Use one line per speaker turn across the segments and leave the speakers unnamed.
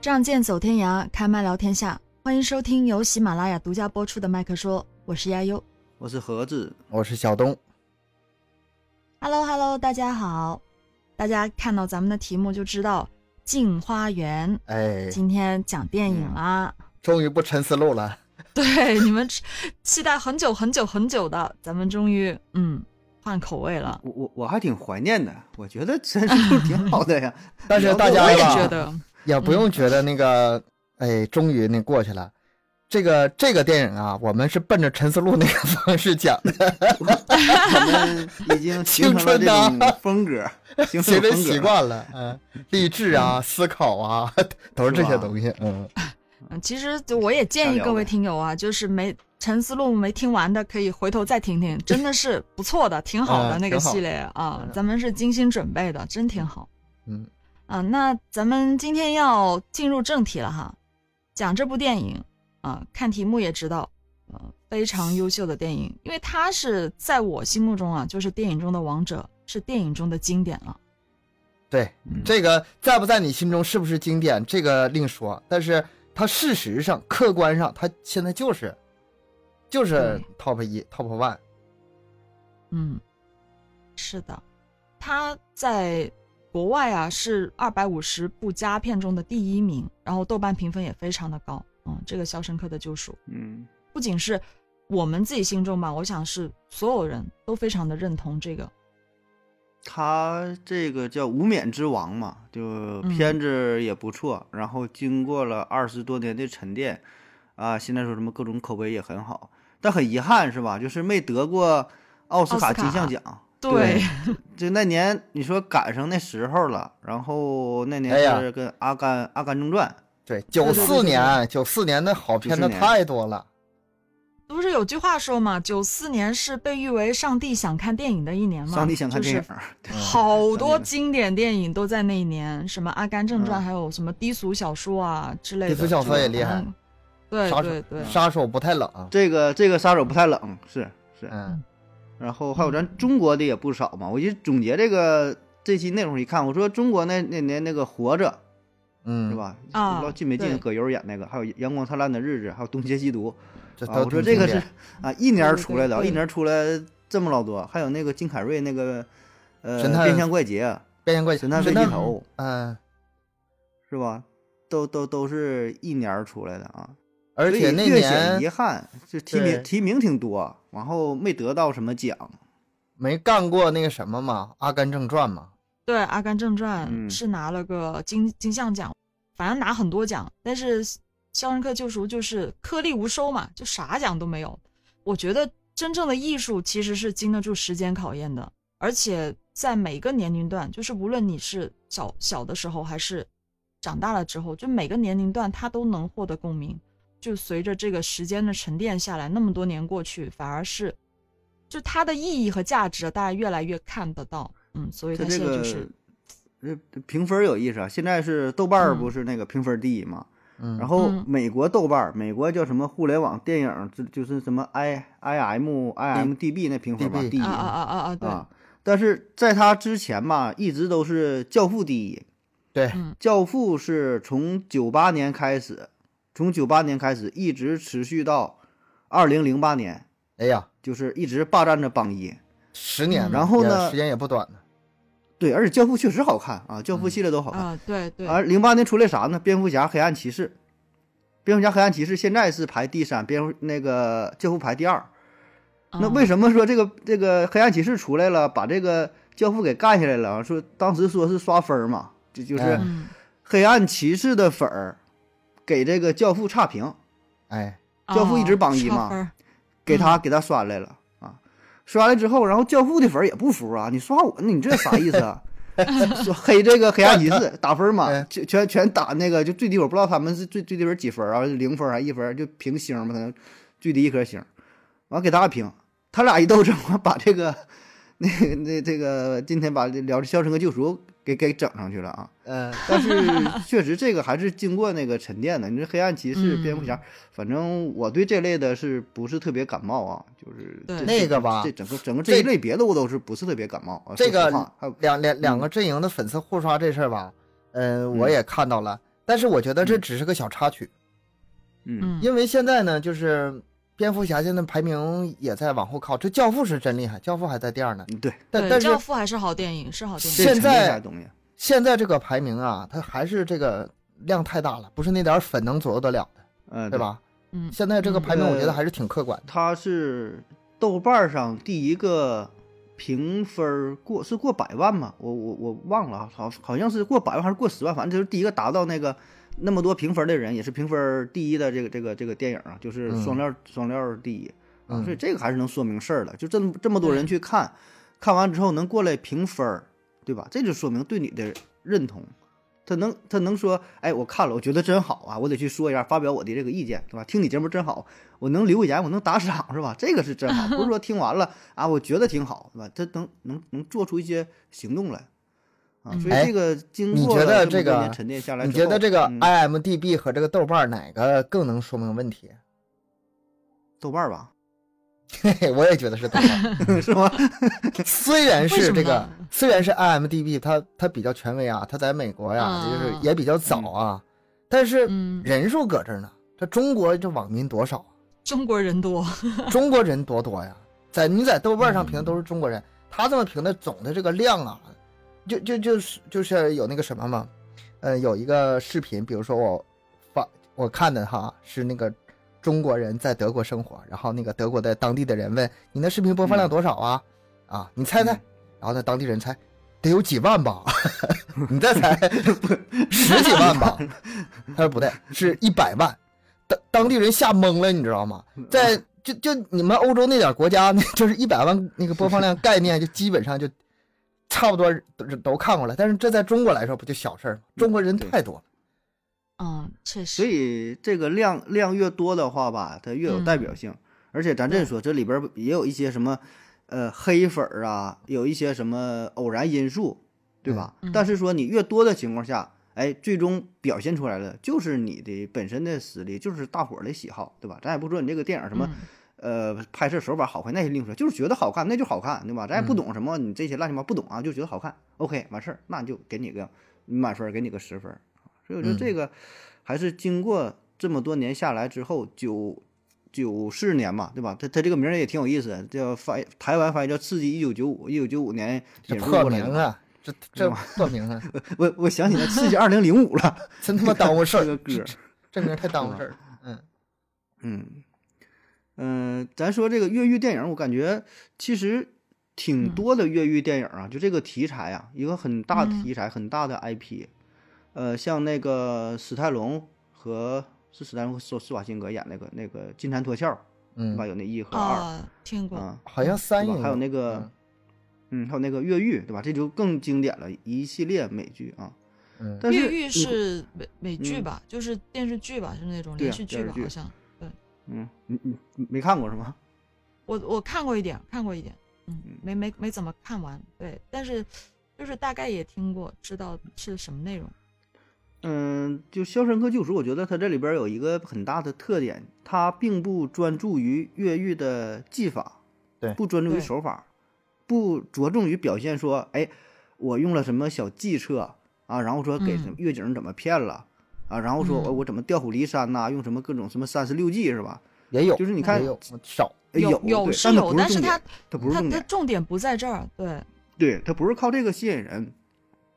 仗剑走天涯，开麦聊天下。欢迎收听由喜马拉雅独家播出的《麦克说》，我是亚优。
我是盒子，
我是小东。
Hello Hello，大家好。大家看到咱们的题目就知道《镜花缘
哎》，，
今天讲电影啦。
终于不沉思路 了。
对，你们期期待很久很久很久的，咱们终于嗯换口味了。
我我我还挺怀念的，我觉得真是挺好的 呀。
但是大
哎
家
我也
呀
觉
吧，
得，
也不用觉得那个，哎，终于那过去了。这个这个电影啊，我们是奔着沉思路那个方式讲 的，
我们已经形成了这
青春
种风格，形
形
成
成
风格
习惯了。嗯，励志啊，思考啊， 都是这些
是吧
东西。嗯，
嗯，其实就我也建议各位听友啊，就是没《沉思录》没听完的，可以回头再听听，真的是不错的，挺好的
嗯
那个
挺好
系列啊
嗯，
咱们是精心准备的，真挺好。
嗯
啊，那咱们今天要进入正题了哈，讲这部电影啊，看题目也知道，呃，非常优秀的电影，因为它是在我心目中啊，就是电影中的王者，是电影中的经典了。
对，
嗯
这个在不在你心中是不是经典，这个另说。但是它事实上、客观上，它现在就是就是 top 一、top one。
嗯，是的，它在国外啊是二百五十部佳片中的第一名，然后豆瓣评分也非常的高。嗯，这个《肖申克的救赎》
嗯，
不仅是我们自己心中吧，我想是所有人都非常的认同这个。
他这个叫无冕之王嘛，就
嗯
片子也不错，然后经过了二十多年的沉淀，啊，现在说什么各种口碑也很好，但很遗憾是吧？就是没得过奥斯
奥斯
卡
卡
金像奖。
对，
就那年你说赶上那时候了，然后那
哎
年
呀
是跟《阿甘阿甘正传
对，
对
九
对
四
对
年，九四年的好片子
94年
太多了。
不是有句话说嘛，九四年是被誉为上帝想看电影的一年》，嘛，
上帝想看电影
就，是
嗯
对
好多
上帝
经典电影都在那一年，什么《阿甘正传》，
嗯
还有什么低俗小说啊之类的。
低俗小说也厉害
嗯，对
杀手
对对，
杀手不太冷。
这个这个杀手不太冷，是是。
嗯，
然后还有咱中国的也不少嘛。我一总结这个这期内容一看，我说中国那那年那个活着
嗯，
是？吧？
啊
不知道进没进
对
葛优演那个，还有阳光灿烂的日子，还有东邪西毒
这
啊。
都
我说
挺
这
经
个是
典。
啊，一年
对
儿
对
出来的，
对
一年儿出来这么老多，还有那个金凯瑞那个呃
神探
变相怪杰、
变形怪
神探
飞
飞机头
嗯，
是吧？都都都是一年儿出来的啊。
而且那
所以略显遗
年
憾，就提
对
名提名挺多，然后没得到什么奖。
没干过那个什么嘛，《阿甘正传》嘛。
对，《阿甘正传》
嗯
是拿了个金金像奖，反正拿很多奖，但是《肖申克救赎》就是颗粒无收嘛，就啥奖都没有。我觉得真正的艺术其实是经得住时间考验的，而且在每个年龄段，就是无论你是小小的时候还是长大了之后，就每个年龄段它都能获得共鸣。就随着这个时间的沉淀下来，那么多年过去，反而是就它的意义和价值，大家越来越看得到。嗯，所以
他
它
这
现在
个
就是
呃评分儿有意思啊，现在是豆瓣儿
嗯
不是那个评分儿第一嘛，
嗯，
然后
嗯
美国豆瓣儿，美国叫什么互联网电影，就就是什么 i i m i m d b 那评分儿吧
DB
第一
啊啊啊啊啊！对，
啊但是在它之前吧，一直都是《教父》第一，
对，
嗯
《教父》是从九八年开始，从九八年开始一直持续到二零零八年，
哎呀，
就是一直霸占着榜一。
十
嗯
年了，
然后呢
也时间也不短呢。
对，而且《教父》确实好看啊，《教父》系列都好看。
啊，对对，
而零八年出来啥呢？蝙蝠侠、黑暗骑士，蝙蝠侠、黑暗骑士现在是排第三，蝙蝠那个教父排第二。那为
什
什么说这个这个黑暗骑士出来了，把这个教父给干下来了？说当时说是刷分儿嘛，这就是
嗯
嗯
黑暗骑士的粉儿给这个教父差评，
哎，
教父一直榜一
哦
嘛
超分儿
给他给他刷来了啊。刷来之后，然后教父的粉儿也不服啊，你刷我，那你这啥意思啊？说黑这个黑暗骑士打分嘛，
哎
全全全打那个就最低，我不知道他们是最最低分几分啊，零分还一分，就评星嘛，可能最低一颗星。完给他评，他俩一斗争，把这个那个那这个今天把聊《肖申克救赎》给给整上去了啊。
嗯，
但是确实这个还是经过那个沉淀的。你说黑暗骑士、蝙蝠侠，反正我对这类的是不是特别感冒啊？就是
对
这
那个吧
这整个整个这一类别的我都是不是特别感冒啊。
这
说实
个
话还有
呃两两两个阵营的粉丝互刷这事儿吧，嗯，我也看到了。但是我觉得这只是个小插曲，
嗯
嗯，
因为现在呢，就是蝙蝠侠现在排名也在往后靠，这教父是真厉害，教父还在第二呢。
嗯对，
但
对
但
教
是
父还是好电影，是好电
现
影。
这沉淀
在
下的东西，
现在这个排名啊，它还是这个量太大了，不是那点儿粉能左右得了的，
嗯，
对？吧？
嗯，
现在这个排名，
嗯
我觉得还是挺客观的。
他是豆瓣上第一个评分过是过百万吗？我我我忘了啊，好好像是过百万还是过十万，反正就是第一个达到那个那么多评分的人，也是评分第一的这个这个这个电影啊，就是
嗯
双料、双料第一啊，
嗯
所以这个还是能说明事儿的，就这么这么多人去看，看完之后能过来评分儿，对吧？这就说明对你的认同。他能，他能说，哎，我看了，我觉得真好啊，我得去说一下，发表我的这个意见，对吧？听你节目真好，我能留言，我能打赏，是吧？这个是真好，不是说听完了啊，我觉得挺好，是吧？他能能能做出一些行动来啊，所以
哎
这个经
你
过
觉得
了
这
么多
个
年沉淀下来之
你
后，
觉得这个
嗯
IMDB 和这个豆瓣哪个更能说明问题？
豆瓣儿吧，
嘿嘿，我也觉得是豆瓣。
是吗？
虽然
为
是
什么
这个
呢，
虽然是 IMDB，它它比较权威啊，它在美国
嗯
呀、就是也比较早啊，但是
嗯，
人数搁这儿呢。这中国这网民多少啊？
中国人多，
中国人多多呀，在你在豆瓣上评的都是中国人，他这么评的总的这个量啊，就就就是就是有那个什么嘛，呃，有一个视频，比如说我发我看的哈是那个中国人在德国生活，然后那个德国的当地的人问你那视频播放量多少啊？啊，你猜猜，然后那当地人猜得有几万吧，你再猜十几万吧，他说不对，是一百万。当当地人吓懵了，你知道吗？在就就你们欧洲那点儿国家，那就是一百万那个播放 量概念，就基本上就差不多都都看过了。但是这在中国来说不就小事儿吗？中国人
对
太多了，
嗯，确实。
所以这个量量越多的话吧，它越有代
嗯
表性。而且咱这说，这里边儿也有一些什么，呃，黑粉儿啊，有一些什么偶然因素，对吧？
嗯
但是说你越多的情况下，哎，最终表现出来的就是你的本身的实力，就是大伙儿的喜好，对吧？咱也不说你这个电影什
嗯
么，呃，拍摄手法好坏那些另说，就是觉得好看，那就好看，对吧？咱也
嗯
不懂什么，你这些乱七八不懂啊，就觉得好看，OK，完事儿，那就给你个满分儿，给你个十分儿。所以我觉得
嗯
这个还是经过这么多年下来之后，九九四年嘛，对吧？它它这个名儿也挺有意思，叫翻台湾翻译叫《刺激一九九五》，一九九五年
这
引入
破
过来
名
的。
啊，这这破名啊，
我我想起来，《刺激二零零五》了，
真他妈耽误事
这
儿
个，歌
这
儿。
这名儿太耽误事儿了。嗯，
嗯，嗯，咱说这个越狱电影，我感觉其实挺多的越狱电影啊，就这个题材啊，一个很大的
嗯
题材，很大的 IP。呃，像那个史泰龙和是史泰龙和施施瓦辛格演那个那个《金蝉脱壳》，对吧？
嗯，
有那一和二
啊，听过。
啊，
好像三
对吧
亿，
还有那个嗯，还有那个越狱，对吧？这就更经典了，一系列美剧啊。
嗯，嗯
但
越
是
狱
你
是美美剧
嗯
吧，就是电视剧吧，是那种
对
连
啊
续剧
电视
吧，
剧
好像。
嗯，你你你没看过是吗？
我我看过一点，看过一点，嗯
嗯，
没没没怎么看完，对，但是就是大概也听过，知道是什么内容。
嗯，就《肖申克救赎》，我觉得它这里边有一个很大的特点，它并不专注于越狱的技法，
对
不专注于
对
手法，不着重于表现说，哎，我用了什么小计策啊，然后说给
嗯
越警怎么骗了、啊，然后说
嗯
我我怎么调虎离山呐、用什么各种什么三十六计是吧？
也有，
就是你看
也有少，
哎
有
对
是
但它
有，
不
但
重
是
点
它，
它不是
它
重
它
点，
重点不在这儿，对，
对，它不是靠这个吸引人，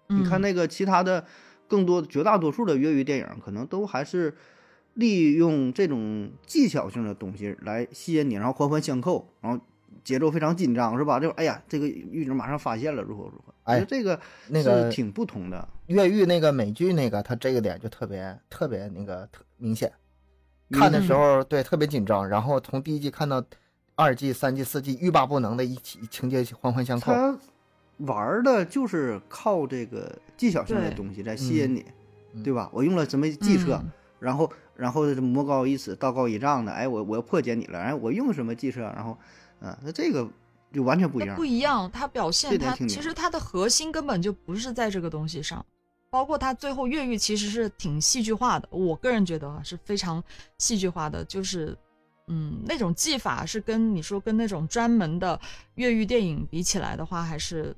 嗯、
你看那个其他的，更多绝大多数的越狱电影，可能都还是利用这种技巧性的东西来吸引你，然后环环相扣，然后节奏非常紧张，是吧？就哎呀，这个狱警马上发现了，如何如何？
哎
我觉得这个
那个
是挺不同的。
越狱那个美剧那个，他这个点就特别特别那个特明显。看的时候对特别紧张，然后从第一季看到二季、三季、四季，欲罢不能的一起情节环环相扣。
他玩儿的就是靠这个技巧性的东西来吸引你，
嗯
对吧？我用了什么计策，
嗯
然后然后这魔高一尺，道高一丈的，哎，我我要破解你了，哎，我用什么计策，然后，嗯、那这个就完全不一
它
样
不。一样，它表
这
现
点
它
挺
其
牛
实它的核心根本就不是在这个东西上，包括它最后越狱其实是挺戏剧化的，我个人觉得啊是非常戏剧化的，就是嗯那种技法是跟你说跟那种专门的越狱电影比起来的话，还是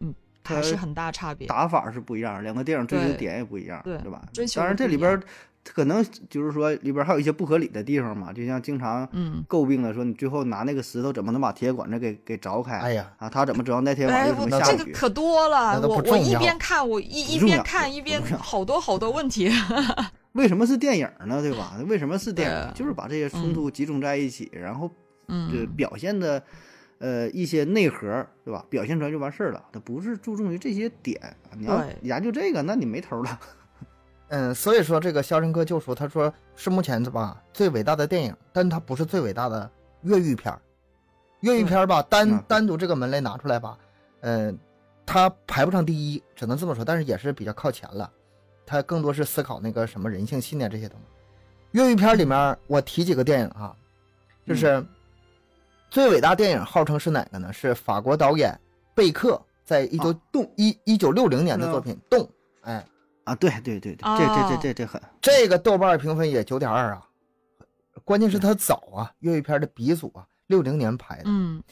嗯还是很大差别。
打法是不一样，两个电影追求
对
点也不一样，
对
对吧
追？求
当然
不
这里
一
边
样
儿可能就是说里边儿还有一些不合理的地方嘛，就像经常
嗯，
诟病的说你最后拿那个石头怎么能把铁管子给给凿开？
哎呀，
啊，他怎么指望那天晚上
哎，
有什
我
么
这
下
个
雨？
可多了
那，都
我
不
我
重
一
要
边看我一一
不重
边
要
看一
不
边
重要
好多好多问 题。
为什么是电影呢？对吧？为什么是电
对啊
影？就是把这些冲突集中在一起，然后呃
嗯，
表现的呃一些内核，对吧？表现出来就完事儿了，它不是注重于这些点。你要
对
研究这个，那你没头了。
嗯，所以说这个《肖申克救赎》，他说是目前吧最伟大的电影，但它不是最伟大的越狱片儿。越狱片儿吧，
那
单
不
单独这个门类拿出来吧，嗯，它排不上第一，只能这么说，但是也是比较靠前了。它更多是思考那个什么人性、信念这些东西。越狱片儿里面，我提几个电影啊，就是最伟大电影，号称是哪个呢？是法国导演贝克在一九
啊动
一一九六零年
知
的
道
作品《动》，哎。
啊，对对对对，这这这这这很
这个豆瓣儿评分也九点二啊，关键是它早啊，粤语片的鼻祖啊，六零年拍的。
嗯，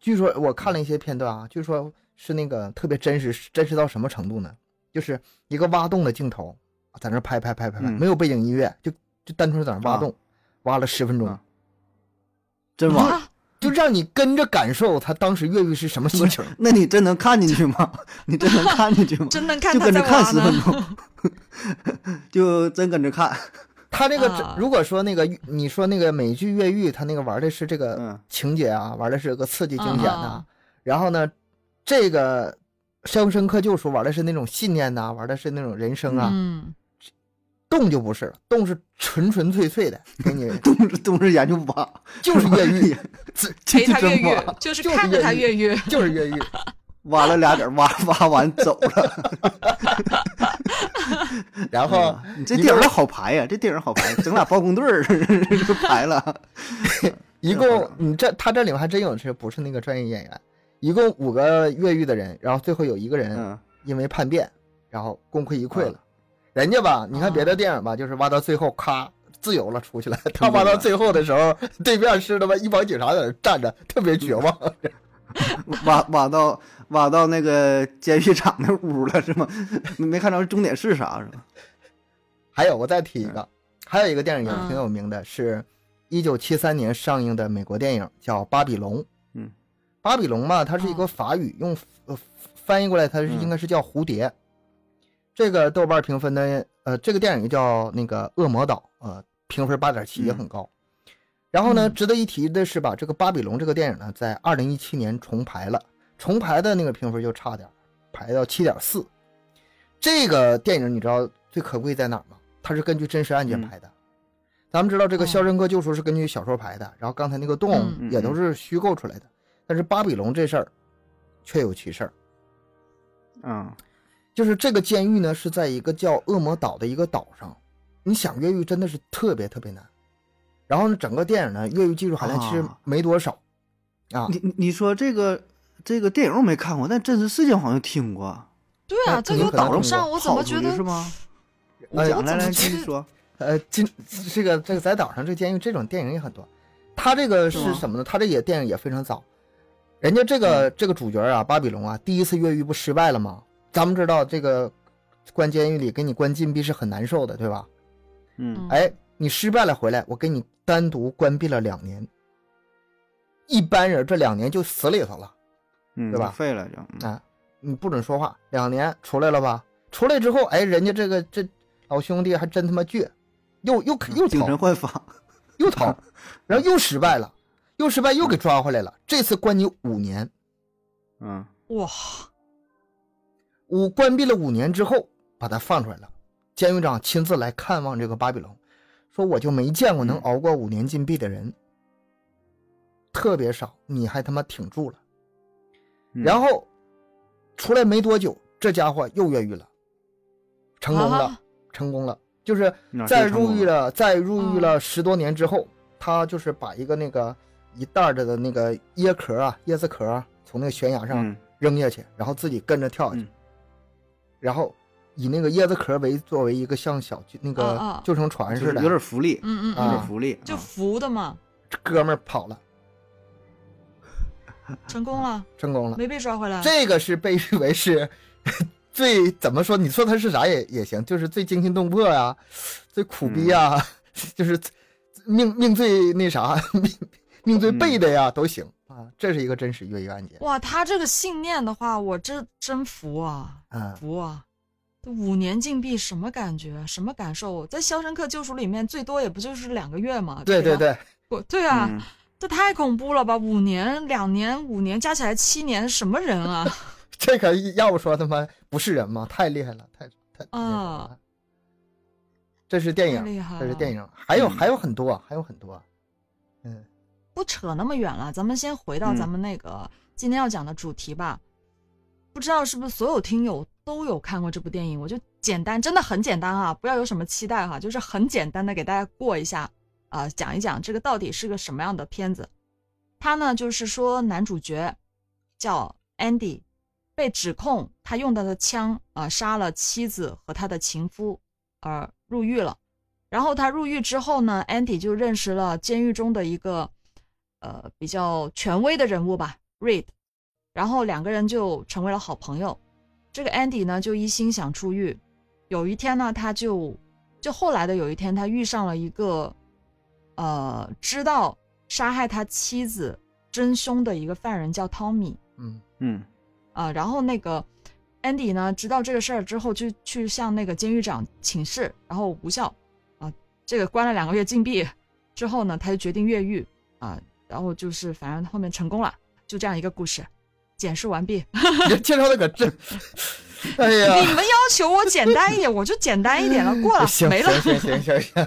据说我看了一些片段啊，据说是那个特别真实，真实到什么程度呢？就是一个挖洞的镜头，在那儿拍拍拍拍拍，
嗯
没有背景音乐，就就单纯在那儿挖
啊
洞，挖了十分钟，
啊真网。
啊
就让你跟着感受他当时越狱是什么心情。
那你真能看进去吗？你真能看进去吗？
真能看
就
他
跟
在
着看
挖
十
呢
分。钟， 就真跟着看。
他这个真
啊
如果说那个你说那个美剧越狱，他那个玩的是这个
嗯
情节啊，玩的是个刺激惊险呐、
嗯嗯
然后呢，这个《肖申克救赎》玩的是那种信念呐、玩的是那种人生啊。
嗯，
动就不是了，动是纯纯粹 粹的，给你
东是东是研究吧，
就是越 狱，
这
陪
这
他越
真
狱
挖，
就是
就是
看着
越
他
狱
越狱。
就是越狱。
挖了俩点儿，挖挖完走了。
然后
嗯你这
一
电影
共
儿好排呀，这电影儿好排，整俩包工队儿 就排了。
一共
嗯
你这他这里面还真有是不是那个专业演员，一共五个越狱的人，然后最后有一个人
嗯，
因为叛变，然后功亏一
啊
篑了。人家吧，你看别的
啊
电影吧，就是挖到最后，咔自由了出去了。他
明
挖到
白
最后的时候，对面是他妈一帮警察在那站着，特别绝望。
挖挖到挖到那个监狱长那屋了是吗？没看着终点是啥是吗？
还有，我再提一
嗯
个，还有一个电影也
嗯
挺有名的，是一九七三年上映的美国电影叫《巴比龙》。
嗯，
巴比龙嘛，它是一
嗯
个法语，用呃翻译过来，它是
嗯
应该是叫蝴蝶。这个豆瓣评分呢，呃，这个电影叫那个《恶魔岛》，呃，评分八点七也
嗯
很高。然后呢，
嗯
值得一提的是吧，这个《巴比龙》这个电影呢，在二零一七年重排了，重排的那个评分就差点儿，排到七点四。这个电影你知道最可贵在哪儿吗？它是根据真实案
嗯
件拍的。咱们知道这个
哦
《肖申克救赎》是根据小说拍的，然后刚才那个洞
嗯
嗯
也都是虚构出来的。但是巴比龙这事儿确有其事儿，
嗯，
就是这个监狱呢是在一个叫恶魔岛的一个岛上，你想越狱真的是特别特别难。然后呢，整个电影呢越狱技术含量其实
啊
没多少啊
你你你说这个这个电影我没看过，但真实事件好像听过。
对啊，
哎
这
你
个
可能
岛
中
上我怎
跑
么
出
觉
去
得
是吗？讲来
哎
我怎么
来继
觉
续
得
说。
呃，今这个这个在岛上这监狱这种电影也很多，他这个
是
是
吗嗯
什么呢？他这也电影也非常早，人家这个、这个主角啊，巴比龙啊，第一次越狱不失败了吗？咱们知道这个关监狱里给你关禁闭是很难受的，对吧？
嗯，
哎，你失败了回来，我给你单独关闭了两年，一般人这两年就死里头了。
嗯，
对吧
废了就。嗯
啊，你不准说话，两年出来了吧？出来之后，哎，人家这个这老兄弟还真他妈倔，又又又
哦
精
逃
神焕发。
又逃，然后又失败了，又失败又给抓回来了，这次关你五年，
嗯，
哇，
五关闭了五年之后把他放出来了，监狱长亲自来看望这个巴比龙，说我就没见过能
嗯
熬过五年禁闭的人，特别少，你还他妈挺住了。
嗯
然后出来没多久，这家伙又越狱了，成功了，
啊
成功了，就是
哪儿
在
是成
入
功
狱了，在入
嗯
狱了十多年之后，他就是把一个那个一袋儿的那个椰壳啊、椰子壳啊，从那个悬崖上
嗯
扔下去，然后自己跟着跳下去，
嗯
然后以那个椰子壳为作为一个像小那
啊
个
啊
救生船
就
似
是
的，
有点福利，
嗯嗯
有点
啊
嗯，
福利。
就
啊
服的嘛，
这哥们儿跑了。
成功了，
成功了。
没被抓回来。
这个是被誉为是 最怎么说？你说它是啥也也行，就是最惊心动魄呀、最苦逼呀、
嗯
就是命命最那啥，命命最背的
嗯
呀、都行啊。这是一个真实越狱案件
哇，他这个信念的话，我这真服啊，
啊。
服啊！这五年禁闭什么感觉？什么感受？在《肖申克救赎》里面，最多也不就是两个月嘛。
对对
对吧，
对，
我对啊，
嗯，
这太恐怖了吧！五年、两年、五年加起来七年，什么人啊？
这个要不说他妈不是人吗？太厉害了，太太那什么了这是电
哦太
影，
厉害
这是
了！
电影，还有
嗯
还有很多，还有很多。嗯
不扯那么远了，咱们先回到
嗯
咱们那个今天要讲的主题吧。不知道是不是所有听友都有看过这部电影，我就简单，真的很简单啊，不要有什么期待哈、就是很简单的给大家过一下啊、讲一讲这个到底是个什么样的片子。他呢，就是说男主角叫 Andy，被指控他用他的枪啊、杀了妻子和他的情夫，而入狱了。然后他入狱之后呢，Andy 就认识了监狱中的一个呃比较权威的人物吧，Reed，然后两个人就成为了好朋友。这个 Andy 呢就一心想出狱，有一天呢他就就后来的有一天他遇上了一个呃知道杀害他妻子真凶的一个犯人叫 Tommy，
嗯
嗯
啊，然后那个 Andy 呢，知道这个事儿之后，就去向那个监狱长请示，然后无效啊，这个关了两个月禁闭之后呢，他就决定越狱啊，然后就是反正后面成功了，就这样一个故事。简述完毕。
你这介绍的可真， 哎呀，
你们要求我简单一点，我就简单一点了，过了
行
没了。
行行行行，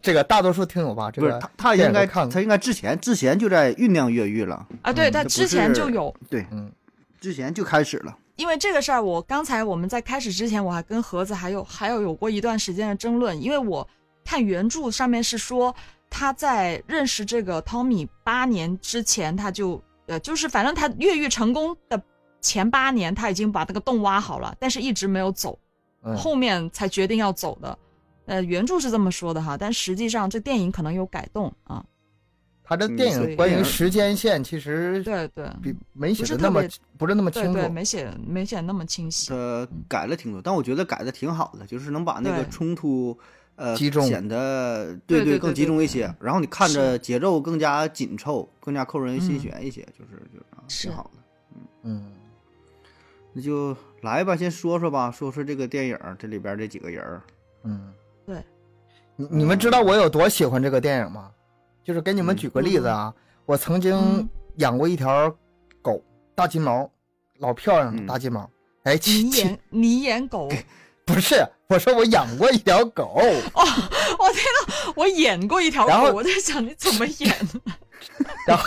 这个大多数听友吧，这
不是
个
他，他
电影
应该
都看
他
过，
应该之前之前就在酝酿越狱了，
啊，对，
嗯
他
这不
之前
是
就有，
对，
嗯，
之前就开始了。
因为这个事儿，我刚才我们在开始之前，我还跟盒子还有还有有过一段时间的争论，因为我看原著上面是说他在认识这个 Tommy 八年之前，他就呃就是反正他越狱成功的前八年，他已经把那个洞挖好了，但是一直没有走，
嗯
后面才决定要走的。呃，原著是这么说的哈，但实际上这电影可能有改动啊。
他这电
嗯
所
影
以
关于时间线其实
对对
比没写
不是
的
特
那么
别
不是那么
对
清
对，
楚，
没写没写那么清晰。
他改了挺多，但我觉得改的挺好的，就是能把那个
对
冲突呃
集中
显得
对对
对
对
更
对
集中
对
一些，然后你看着节奏更加紧凑，更加扣人心
嗯
弦一些，就是就是啊
是
挺好的。
嗯
那就来吧，先说说吧，说说这个电影儿这里边儿这几个人儿。
嗯，
对，嗯
你你们知道我有多喜欢这个电影吗？就是给你
嗯
们举个例子啊，我曾经
嗯
养过一条狗，大金毛，老漂亮了，
嗯
大金毛，哎，其
你
其
演你演狗，
不是，我说我养过一条狗。
哦 我天呐，我演过一条
然后
狗，我在想你怎么 演？
然后，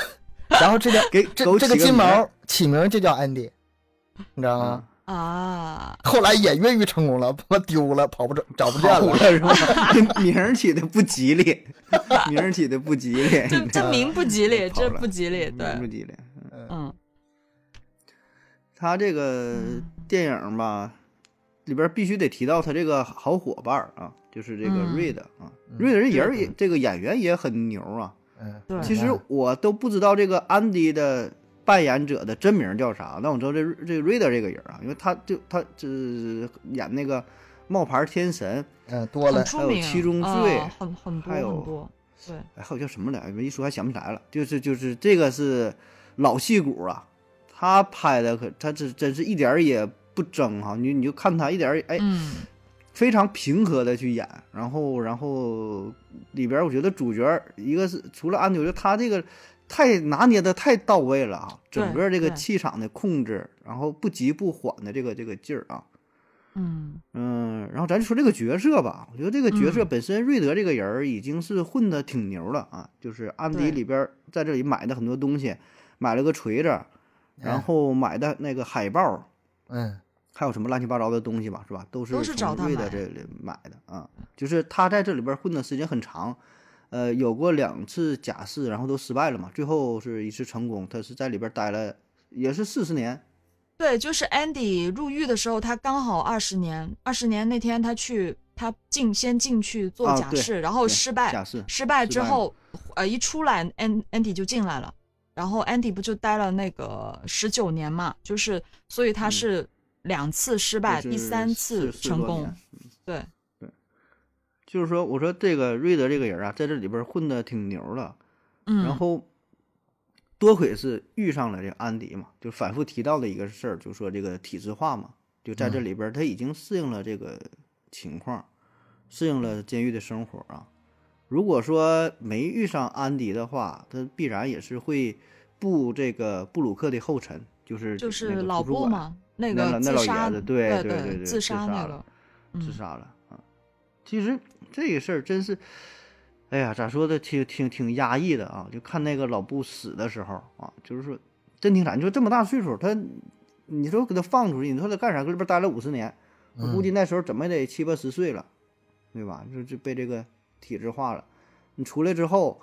然后这条
给
这
狗
这
起
个金
名儿
毛起名就叫安迪，你知道吗？
啊，
后来也越狱成功了，他妈丢了，跑不着，找不见
跑
了
了。是吧？ 名儿起的不吉 利，名儿起的不吉利，
这这名不吉 利，
跑
这
了
不吉利，
名儿不
对，
吉利。
嗯，
他这个电影吧，里边必须得提到他这个好伙伴儿啊，就是这个
嗯
瑞的啊，
嗯
瑞的人
对
人也
对
这个演员也很牛啊。
嗯，
对
其实我都不知道这个安迪的扮演者的真名叫啥，但我知道这这瑞德这个人啊，因为他就他这演那个冒牌天神，
嗯多了
很，出名，
还有七宗罪
啊很很多
还有
很多，对，
哎，还有叫什么来着？一说还想不起来了。就是就是这个是老戏骨啊，他拍的可他这真是一点儿也不争哈、你你就看他一点儿哎
嗯，
非常平和的去演，然后然后里边儿我觉得主角儿一个是除了安迪，我觉得他这个太拿捏的太到位了啊，整
对
个这个
对
气场的控制，然后不急不缓的这个这个劲儿啊，
嗯，
嗯，然后咱就说这个角色吧，我觉得这个角色
嗯
本身，瑞德这个人儿已经是混的挺牛了啊。就是安迪
对
里边儿在这里买的很多东西，买了个锤子，然后买的那个海报，
嗯
还有什么乱七八糟的东西吧，是吧？都是
都是找他
从瑞德
买
这里买的啊。就是他在这里边儿混的时间很长，呃，有过两次假释，然后都失败了嘛，最后是一次成功，他是在里边儿待了也是四十年，
对，就是 Andy 入狱的时候，他刚好二十年，二十年那天他去，他进先进去做
啊
假
对
释，然后
对
哦失败，
假释
失败
失
之
败了
后，呃，一出来，An Andy 就进来了。然后 Andy 不就待了那个十九年嘛，就是所以他
嗯
是两次失败，
就是
第三次
四四十
成
多
功
年。嗯
对，
就是说，我说这个瑞德这个人啊，在这里边混的挺牛了，
嗯，
然后多亏是遇上了这个安迪嘛，就反复提到的一个事儿，就说这个体制化嘛，就在这
嗯
里边儿他已经适应了这个情况，适应了监狱的生活啊。如果说没遇上安迪的话，他必然也是会步这个布鲁克的后尘，就是
就
那
是
个
老
图书
布
馆
嘛，那
那
个
老那
自
老
杀
爷
的，
子对
对
对对对
自
自
杀
杀
那
了
个，
自
嗯，
杀了啊。其实这个事儿真是，哎呀，咋说的，挺挺挺压抑的啊。就看那个老布死的时候啊，就是说真挺惨。你说这么大岁数，他，你说给他放出去，你说他干啥？搁里边待了五十年，我估
嗯
计那时候怎么也得七八十岁了，对吧？就就被这个体制化了。你出来之后，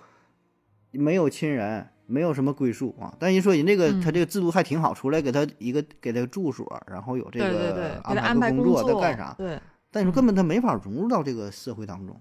没有亲人，没有什么归宿啊。但人说人这个、
嗯
他这个制度还挺好，出来给他一个给他住所，然后有这
对对对
个，
给他
安
排
个工
作，
他干啥？
对，
但你说
嗯
根本他没法融入到这个社会当中。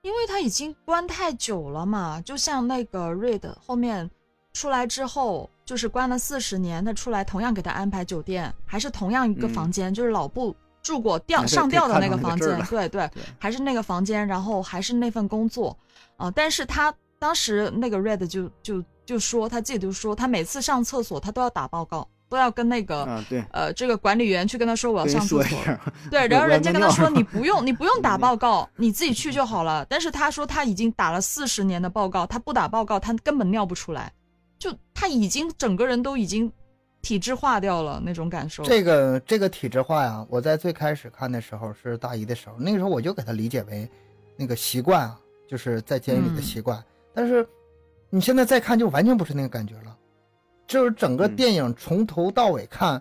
因为他已经关太久了嘛，就像那个 Reed 后面出来之后，就是关了四十年，他出来同样给他安排酒店，还是同样一个
嗯
房间，就是老布住过
啊
调
对
上
可以
吊的
看
那
到
个
那个
房
字
间
儿了，
对对
对，
还是那个房间，然后还是那份工作，啊、但是他当时那个 Red 就就就说他自己就说，他每次上厕所他都要打报告，都要跟那个、
啊，对，
呃这个管理员去跟他说我要
跟
上
人
厕
说一
所，
声，
对，
我
然后
我
人
要
家
尿
跟他
尿
说
了
你不用你不用打报告，你自己去就好了。但是他说他已经打了四十年的报告，他不打报告他根本尿不出来，就他已经整个人都已经体制化掉了那种感
嗯
受。
这个这个体制化呀，我在最开始看的时候是大一的时候，那个时候我就给它理解为那个习惯啊，就是在监狱里
嗯
的习惯。但是你现在再看，就完全不是那个感觉了。就是整个
嗯
电影从头到尾看，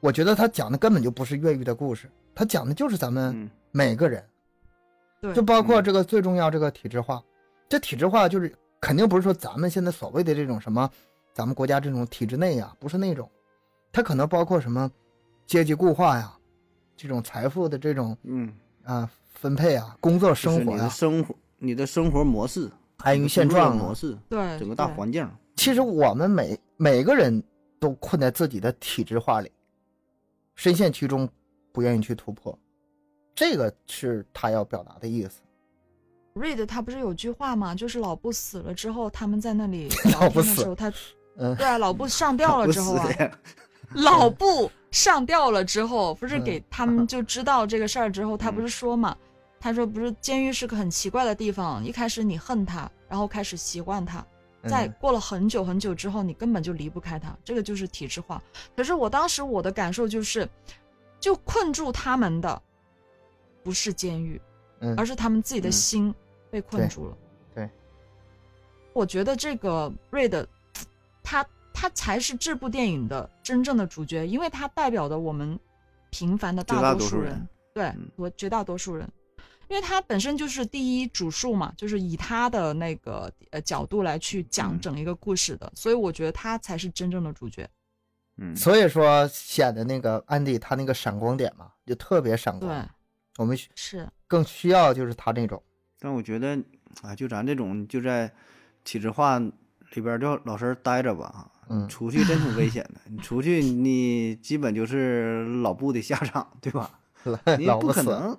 我觉得他讲的根本就不是越狱的故事，他讲的就是咱们
嗯，
每个人，
对
就包括
嗯
这个最重要这个体制化。这体制化就是肯定不是说咱们现在所谓的这种什么，咱们国家这种体制内啊呀，不是那种，它可能包括什么阶级固化呀，这种财富的这种
嗯，
啊、分配啊，工作
就是
生活
你的
呀，
生活，你的生活模式，
安
你
于
的
现
工作
状
模
啊。
式，
对，
整个大
对
环境，
其实我们每每个人都困在自己的体制化里，深陷其中，不愿意去突破，这个是他要表达的意思。
Reed 他不是有句话嘛，就是老布死了之后，他们在那里
老
聊
布
天的
死
时候，他
嗯
对啊，老布上吊了
不
之后
死
啊，
的
老布上吊了之后，不是
嗯
给他们就知道这个事儿之后，他不是说嘛，他说不是监狱是个很奇怪的地方，一开始你恨他，然后开始习惯他，
嗯
在过了很久很久之后，你根本就离不开他，这个就是体制化。可是我当时我的感受就是，就困住他们的不是监狱，
嗯
而是他们自己的
嗯
心被困
对
住了。
对
我觉得这个瑞的，他他才是这部电影的真正的主角，因为他代表的我们平凡的
绝大
大多
多
数
数
人，
人
对
嗯，
我绝大多数人，因为他本身就是第一主述嘛，就是以他的那个呃角度来去讲
嗯
整一个故事的，所以我觉得他才是真正的主角。
嗯，
所以说显得那个安迪他那个闪光点嘛，就特别闪
对，
光。我们需
是，
更需要就是他那种，
但我觉得啊，就咱这种就在体制化里边儿就老实待着吧啊。
嗯
出去真挺危险的，你出去你基本就是老布的下场，对吧？ 你
老
不
不
可
死。
能，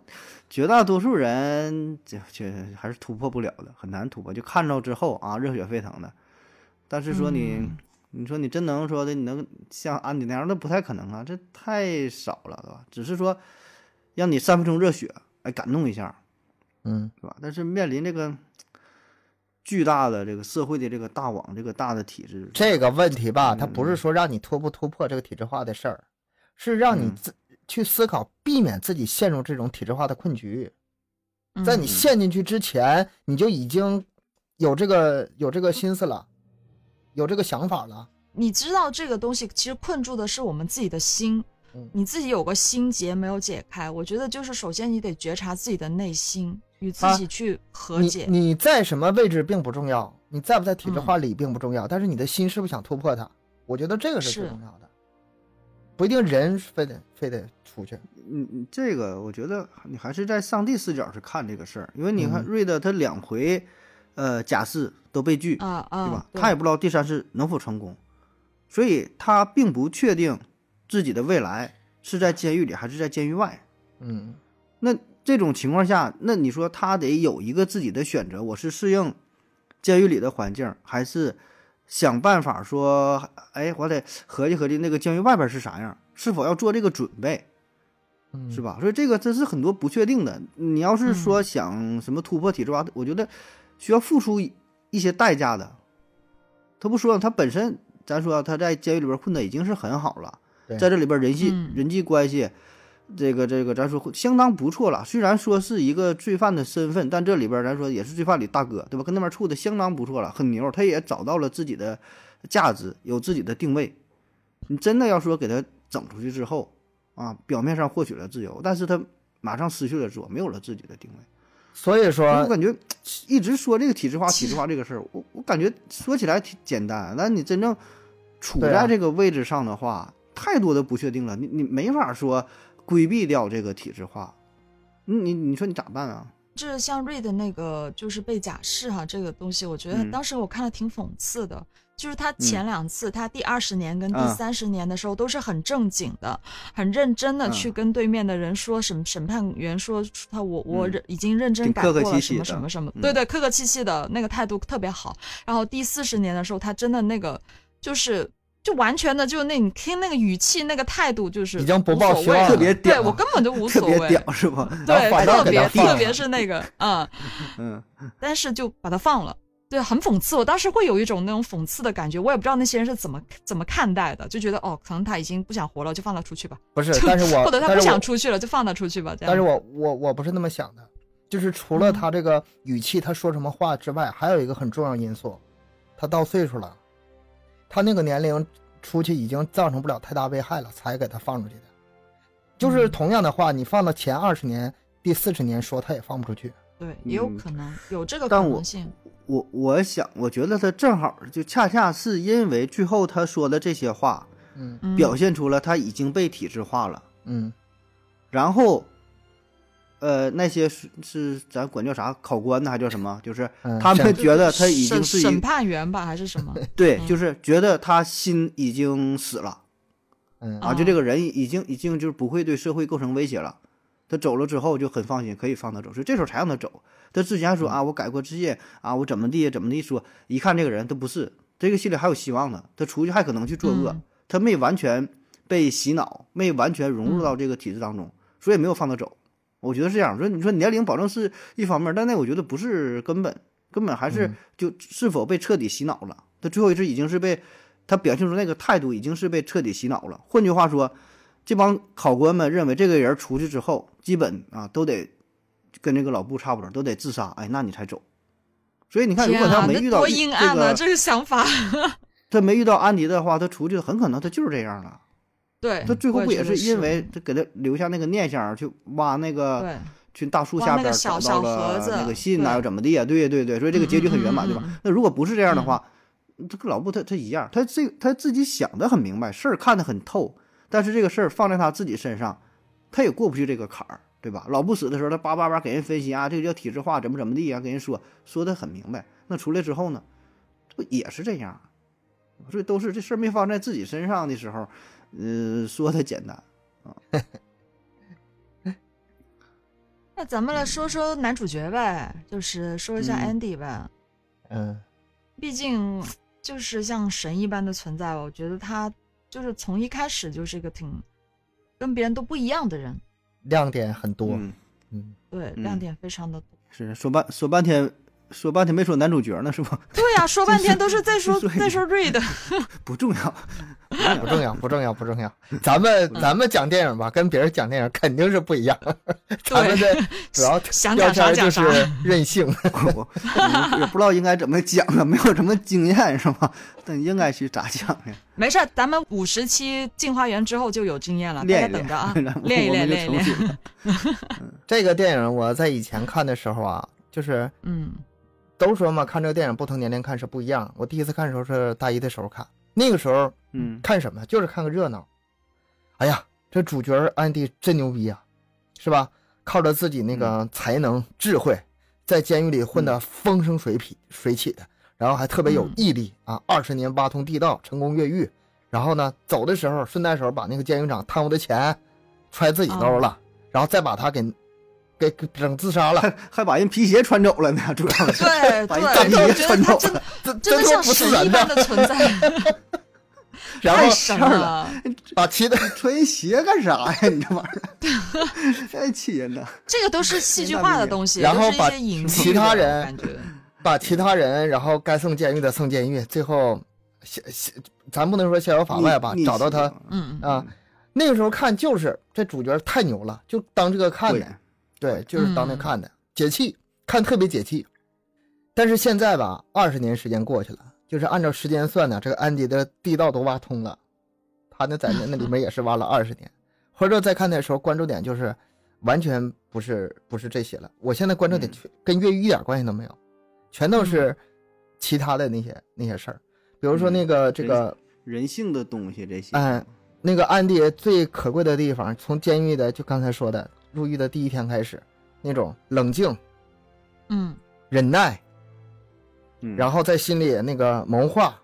绝大多数人这这还是突破不了的，很难突破。就看到之后啊，热血沸腾的，但是说你，
嗯
你说你真能说的，你能像安迪那样，那不太可能啊，这太少了，对吧？只是说让你三分钟热血，哎，感动一下，
嗯，
对吧？但是面临这个巨大的这个社会的这个大网，这个大的体制，
这个问题吧，
嗯
它不是说让你突不突破这个体制化的事儿，是让你
嗯
自去思考，避免自己陷入这种体制化的困局。
嗯
在你陷进去之前，你就已经有这个有这个心思了，有这个想法了。
你知道这个东西其实困住的是我们自己的心
嗯，
你自己有个心结没有解开。我觉得就是首先你得觉察自己的内心，与自己去和
你
解。嗯
你在什么位置并不重要，你在不在体制化里并不重要，但是你的心是不是想突破它，我觉得这个是最
是
重要的。不一定人非得非得出去，
嗯，嗯这个我觉得你还是在上帝视角去看这个事儿，因为你看
嗯
瑞德他两回呃假释都被拒，
啊啊，
对吧？
对
他也不知道第三次能否成功，所以他并不确定自己的未来是在监狱里还是在监狱外。
嗯
那这种情况下，那你说他得有一个自己的选择，我是适应监狱里的环境，还是想办法说，哎，我得合计合计那个监狱外边是啥样，是否要做这个准备，
嗯，
是？吧？所以这个真是很多不确定的。你要是说想什么突破体制化，我觉得需要付出一些代价的。他不说，他本身咱说啊他在监狱里边混的已经是很好了，
对
在这里边人际、
嗯
人际关系，这个这个咱说相当不错了。虽然说是一个罪犯的身份，但这里边咱说也是罪犯里大哥，对吧？跟那边处的相当不错了，很牛。他也找到了自己的价值，有自己的定位。你真的要说给他整出去之后啊，表面上获取了自由，但是他马上失去了自我，没有了自己的定位。
嗯所以说
所以我感觉一直说这个体制化、体制化这个事儿，我我感觉说起来挺简单，但你真正处
对啊
在这个位置上的话，太多的不确定了，你你没法说规避掉这个体制化，你你你说你咋办啊？
这像瑞的那个就是被假释哈，这个东西，我觉得
嗯
当时我看了挺讽刺的，就是他前两次，他第二十年跟第
啊
三十年的时候都是很正经的，很认真的
嗯
去跟对面的人说审审判员说他我我
嗯
认已经认真
挺
改
客
过
客
了
气
什
气
么
的
什么什么，
嗯
对对，客客气气的那个态度特别好。然后第四十年的时候，他真的那个就是。就完全的，就那你听那个语气、那个态度，就是
已经不
无
抱
所
希
谓
望
了
了
特别
对
屌，
我根本就无
特
所
别
谓，
屌是吧？
然后
对，
反
特
倒给
别
他放
特
了
别是那个啊、
嗯，
但是就把它放了，对，很讽刺。我当时会有一种那种讽刺的感觉，我也不知道那些人是怎么怎么看待的，就觉得哦，可能他已经不想活了，就放他出去吧，
不是，但是
哦
我
或者他
但
不
是我
想出去了，就放他出去吧，这样。
但是我我我不是那么想的，就是除
嗯
了他这个语气，他说什么话之外，还有一个很重要因素，他到岁数了，他那个年龄出去已经造成不了太大危害了，才给他放出去的。就是
嗯
同样的话，你放到前二十年、第四十年说，他也放不出去。
对，也有
嗯
可能、有这个可
但我
能性。
我我想，我觉得他正好就恰恰是因为最后他说的这些话，
嗯
嗯、
表现出了他已经被体制化了。
嗯，
然后，呃，那些是是咱管叫啥考官呢，还叫什么？就是
嗯
他们
审
觉得他已经
审
是
审
一
判员吧，还是什 么？
对，
嗯
就是觉得他心已经死了
嗯
啊，
哦
就这个人已经已经就是不会对社会构成威胁了。他走了之后就很放心，可以放他走，所以这时候才让他走。他之前还
嗯
说啊，我改过自新啊，我怎么地怎么地说，一看这个人他不是，这个心里还有希望的，他出去还可能去作恶，
嗯
他没完全被洗脑，没完全融
嗯
入到这个体制当中，所以没有放他走。我觉得是这样，说你说年龄保证是一方面，但那我觉得不是根本，根本还是
嗯
就是否被彻底洗脑了。他最后一次已经是被他表现出那个态度已经是被彻底洗脑了。换句话说，这帮考官们认为这个人出去之后，基本啊都得跟这个老布差不多，都得自杀，哎，那你才走。所以你看，如
天
果
啊
他，没遇
那
到
多
一
阴暗啊！
这
这个想法，
个，他没遇到安迪的话，他出去很可能他就是这样了。
对，
他最后
我
不也
觉得
是
是
因为啊他给他留下那个念想，去挖那个
对
去大树
挖
下
那个
边
小
找
小
到
盒
了
子
那个信呐，
对
又怎么地呀？对对对，所以这个结局很圆满，
嗯嗯嗯
对吧
嗯嗯？嗯
那如果不是这样的话，嗯这个老布他他一样，他这他自己想的很明白，事儿看得很透，但是这个事儿放在他自己身上，他也过不去这个坎儿，对吧？老不死的时候，他叭叭叭给人分析啊，这个叫体制化，怎么怎么地啊，给人说说的很明白。那出来之后呢，这不也是这样？啊所以都是这事儿没放在自己身上的时候，嗯、说的简单。
那咱们来说说男主角呗，就是说一下
嗯
Andy 呗。
嗯
毕竟就是像神一般的存在吧。我觉得他就是从一开始就是一个挺跟别人都不一样的人，
亮点很多。
嗯，
嗯，
对，
嗯
亮点非常的多。
是说半说半天，说半天没说男主角呢，是不？
对呀、说半天都是在说
之所以
在说 Reed，
不重要，
不重要，不重要，不 重要。咱们
嗯
咱们讲电影吧，跟别人讲电影肯定是不一样。咱 们的主要
想
标
讲啥
签就
讲
是
啥。
任性。
我我我也不知道应该怎么讲啊，没有什么经验是吧？但应该去咋讲呀？
没事儿，咱们五十期进化园之后就有经验了，大家
练一
等
练，
着啊
然后，
练一
我
练，
们就
练一
成
练。
熟了。
这个电影我在以前看的时候啊，就是
嗯
都说嘛，看这个电影不同年龄看是不一样。我第一次看的时候是大一的时候看，那个时候
嗯
看什么？就是看个热闹。哎呀，这主
嗯
角安迪真牛逼啊，是吧？靠着自己那个才能、智慧，在监狱里混得风生水起水起的，然后还特别有
嗯
毅力啊，二十年挖通地道，成功越狱。然后呢，走的时候顺带手把那个监狱长贪污的钱揣自己兜
哦
了，然后再把他给给给整自杀 了。
还还把人皮鞋穿走了呢，主要是
对
把
对，
人大皮
我觉得
鞋穿
他
走
真
了，
这
真
这
的
都
像
不是
神一
人
般哎
的。
的存在，
然
太
后
神
事儿
了。
把其他
穿鞋干啥呀？你这玩意儿，太气人了。
这个都是戏剧化的东西，
然后
都是一
把
些隐喻
其他人
的感觉。
把其他人，然后该送监狱的送监狱，最后逍逍，咱不能说逍遥法外吧
逆，
找到他
逆袭
嗯， 嗯
啊。那个时候看就是这主角太牛了，就当这个看
对
的，对，就是当那
嗯
看的，解气，看特别解气。但是现在吧，二十年时间过去了，就是按照时间算呢，这个安迪的地道都挖通了，他呢在那那里面也是挖了二十年。回头再看的时候，关注点就是完全不是不是这些了。我现在关注点
嗯
全跟越狱一点关系都没有，全都是其他的那些那些事儿，比如说那个这个。
人性的东西这些，
哎那个安迪最可贵的地方，从监狱的就刚才说的入狱的第一天开始，那种冷静、
嗯，
忍耐，
嗯，
然后在心里那个谋划，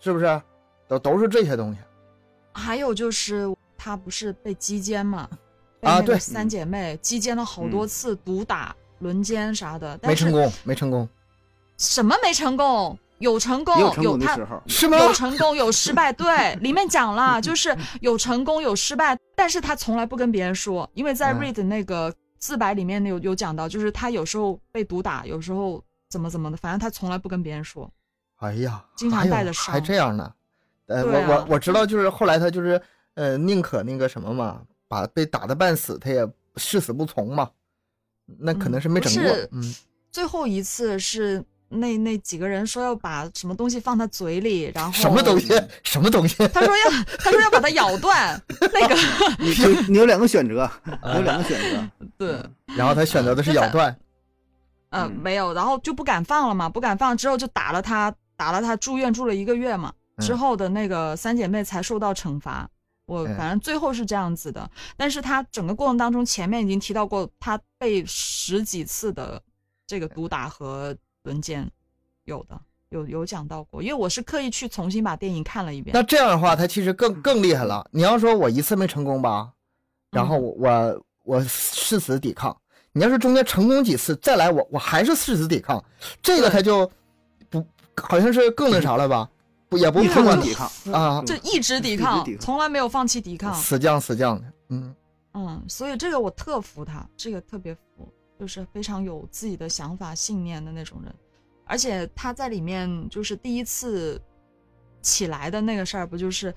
是不是？都都是这些东西。
还有就是她不是被击奸嘛？被
啊
那个
对嗯
三姐妹击奸了好多次，毒打、轮奸啥的，
没
但
成
是
功，没成功，
什么没成功？有成功，
也有成功的
他
时候，
是吗？
有成功有失 败，对，里面讲了，就是有成功有失败，但是他从来不跟别人说，因为在
嗯
read 那个自白里面有有讲到，就是他有时候被毒打，有时候怎么怎么的，反正他从来不跟别人说。
哎呀，
经常
哎呦
带着伤
还这样呢？呃，
对
我
啊
我我知道，就是后来他就是呃，宁可那个什么嘛，把被打的半死，他也誓死不从嘛。那可能是没整
嗯
过
不是，
嗯，
最后一次是那那几个人说要把什么东西放他嘴里，然后
什么东西，什么东西，
他说 要他说要把它咬断，那个
你有你有两个选 择，你有两个选择，
对。
然后他选择的是咬断，
呃，
嗯
没有，然后就不敢放了嘛，不敢放之后就打了他，打了他住院住了一个月嘛，
嗯
之后的那个三姐妹才受到惩罚。我
嗯
反正最后是这样子的，但是他整个过程当中，前面已经提到过，他被十几次的这个毒打和轮奸，有的有有讲到过，因为我是刻意去重新把电影看了一遍
那。这样的话，他其实
嗯
更更厉害了。你要说我一次没成功吧，然后我我我誓死抵抗；你要是中间成功几次再来我，我还是誓死抵抗，这个
对
他就不好像是更那啥了吧？不也不
你
不
看
管
看
就
抵抗嗯
啊
就一直抵
一直
抗
抵，抗
从来没有放弃抵抗。
死犟死犟的，嗯，
嗯，所以这个我特服他，这个特别服，就是非常有自己的想法、信念的那种人。而且他在里面就是第一次起来的那个事儿，不就是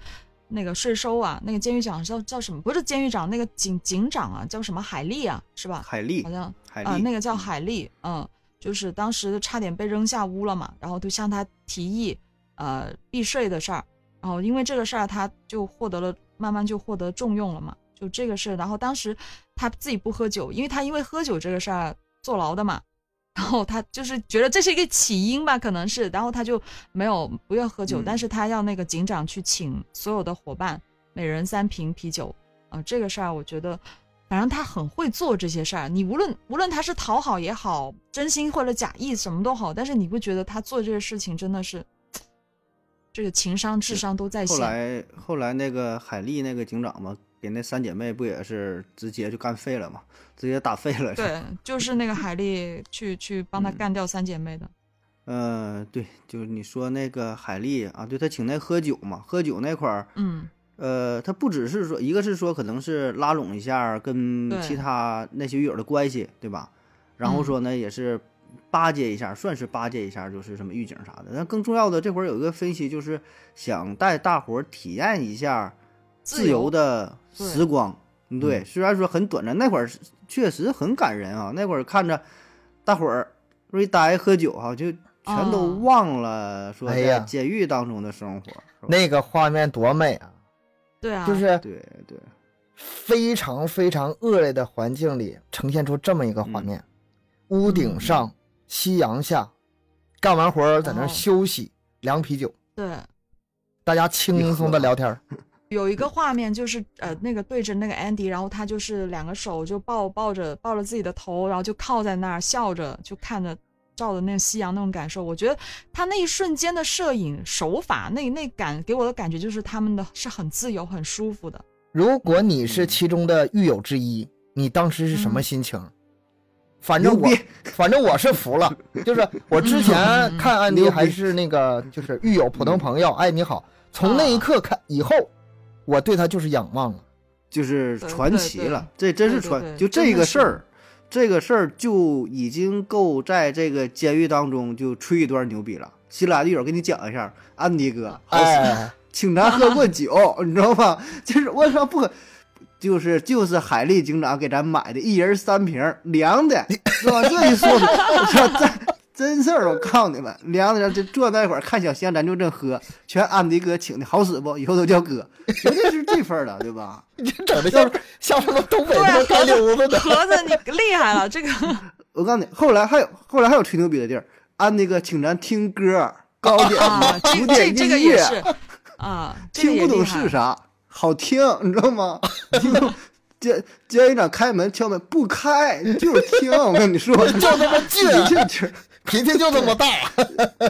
那个税收啊，那个监狱长叫叫什么？不是监狱长，那个警警长啊，叫什么海丽啊，是吧？
海丽
好，像
海
啊、
丽
那个叫海丽，嗯，就是当时差点被扔下屋了嘛，然后就向他提议，呃，避税的事儿，然后因为这个事儿，他就获得了，慢慢就获得重用了嘛，就这个事儿。然后当时他自己不喝酒，因为他因为喝酒这个事儿坐牢的嘛，然后他就是觉得这是一个起因吧，可能是，然后他就没有不愿喝酒，
嗯
但是他要那个警长去请所有的伙伴每人三瓶啤酒，啊、这个事儿我觉得，反正他很会做这些事儿。你无论无论他是讨好也好，真心或者假意什么都好，但是你不觉得他做这些事情真的是，这个情商智商都在
嗯后
线？
来后来那个海丽那个警长嘛，给那三姐妹不也是直接就干废了嘛，直接打废了。，
对，就是那个海丽去去帮他
嗯
干掉三姐妹的。
嗯、对，就是你说那个海丽啊，对她请那喝酒嘛，喝酒那块儿，
嗯，
呃，她不只是说，一个是说可能是拉拢一下跟
对
其他那些狱友的关系，对吧？然后说呢，也是巴结一下，算是巴结一下，就是什么狱警啥的。但更重要的，这会儿有一个分析，就是想带大伙儿体验一下自由的
对
时光。嗯对，虽然说很短暂，那会儿是确实很感人啊。那会儿看着大伙儿瑞呆喝酒哈、就全都
啊
忘了说
哎呀
在监狱当中的生活。是吧
那个画面多美啊！
对啊，
就是
对对，
非常非常恶劣的环境里呈现出这么一个画
嗯
面：屋顶上，夕阳下，干完活儿在那儿
哦
休息，凉啤酒，
对
大家轻松的聊天儿。
有一个画面就是呃那个对着那个 Andy，然后他就是两个手就抱抱着抱着自己的头，然后就靠在那儿笑着就看着照着那个夕阳那种感受，我觉得他那一瞬间的摄影手法那那感给我的感觉就是他们的是很自由很舒服 的，
如果你是其中的狱友之一，你当时是什么心情？反正我
牛逼，
反正我是 服了。就是我之前看安迪
牛逼
还是那个，就是狱友普通朋
嗯
友，哎你好，从那一刻开以后，我对他就是仰望了。
就是传奇了，这真是
对对
传，
对
就这
真的
个
是
事儿，这个事儿就已经够在这个监狱当中就吹一段牛逼了。新来的狱友给你讲一下，安迪哥，好
哎，
请咱喝过酒， 你知道吧？就是我操，不可，就是就是海利警长给咱买的，一人三瓶儿凉的，是吧？这一说 的，我操，这真事儿，我告诉你们，凉的，这坐那会儿看小香，咱就这喝，全安迪哥请的，好使不？以后都叫哥，绝对是这份儿的，对吧？
你这整的像像什么东北他妈
对
啊
干溜子的。
盒子你厉害了， 这个
我告诉你，后来还有后来还有吹牛逼的地儿，安迪哥请咱听歌，高点
啊
的
这
古
这
典
这个
音
也
乐，
是啊，这个
听
也
不
厉
懂
害
是啥，好听，你知 道吗？听不懂监监狱长开门敲门不开，就是听。我跟 你说，
就他妈
自
倔
己这曲儿，
脾气就这么大，
我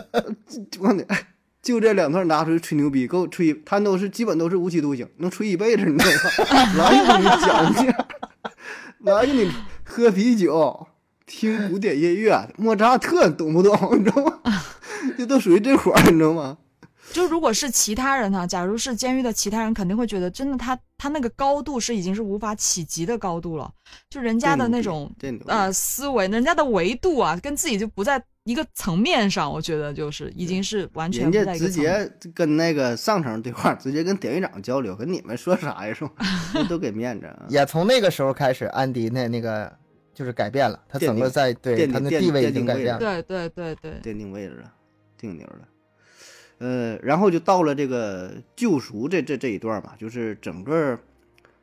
告诉你，哎就这两段拿出去吹牛逼，够吹，他都是基本都是无期徒刑，能吹一辈子，你知道吗？来给你讲一 下，来给你喝啤酒，听古典音乐，莫扎特，懂不懂？你知道吗？ 这都属于这伙儿，你知道吗？
就如果是其他人哈、假如是监狱的其他人，肯定会觉得真的他他那个高度是已经是无法企及的高度了，就人家的那种
这牛逼，这牛逼
呃思维，人家的维度啊，跟自己就不在一个层面上，我觉得就是已经是完全
人
不
家
在一个
直
层面。
接跟那个上层对话，直接跟典狱长交流，跟你们说啥呀？是吧？ 都给面子啊。
也从那个时候开始，安迪那那个就是改变了，他整个在对
奠定
他的
奠定
地位已
奠
经
定
改
位
变
置
对
了。
对对对，
奠定位置了，定牛了。呃，然后就到了这个救赎这这这一段吧，就是整个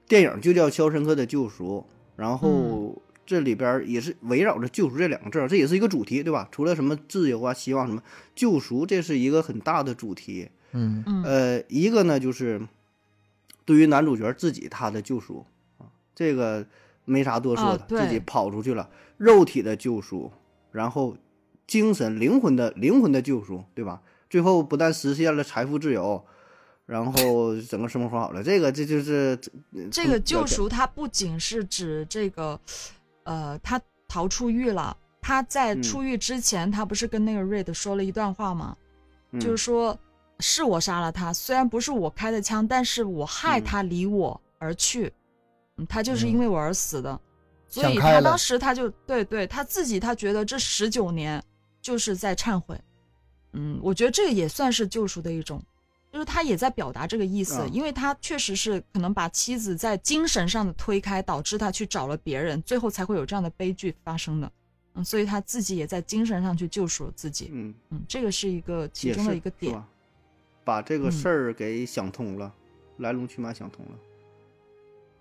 电影就叫《肖申克的救赎》，然后这里边也是围绕着救赎这两个字儿，这也是一个主题，对吧？除了什么自由啊、希望什么，救赎这是一个很大的主题。
嗯，
嗯
呃，一个呢就是对于男主角自己他的救赎啊，这个没啥多说
啊
的，
对
自己跑出去了，肉体的救赎，然后精神灵魂的灵魂的救赎，对吧？最后不但实现了财富自由，然 后整个生活好了，这个这就是
这个救赎它不仅是指这个，呃，他逃出狱了，他在
嗯
出狱之前，他不是跟那个 Reid 说了一段话吗？
嗯
嗯
就是说是我杀了他，虽然不是我开的枪，但是我害
嗯
他离我而去，嗯他就是因为我而死的，所
想
以
开
他
了
当时他就对对他自己，他觉得这十九年就是在忏悔，嗯，我觉得这个也算是救赎的一种。就是他也在表达这个意思，
啊
嗯
因为他确实是可能把妻子在精神上的推开，导致他去找了别人，最后才会有这样的悲剧发生的。嗯，所以他自己也在精神上去救赎了自己。
嗯，
嗯，这个是一个其
也
中的
是
一个
是
点。
吧？把这个
嗯
事儿给想通了，来龙去脉想通了。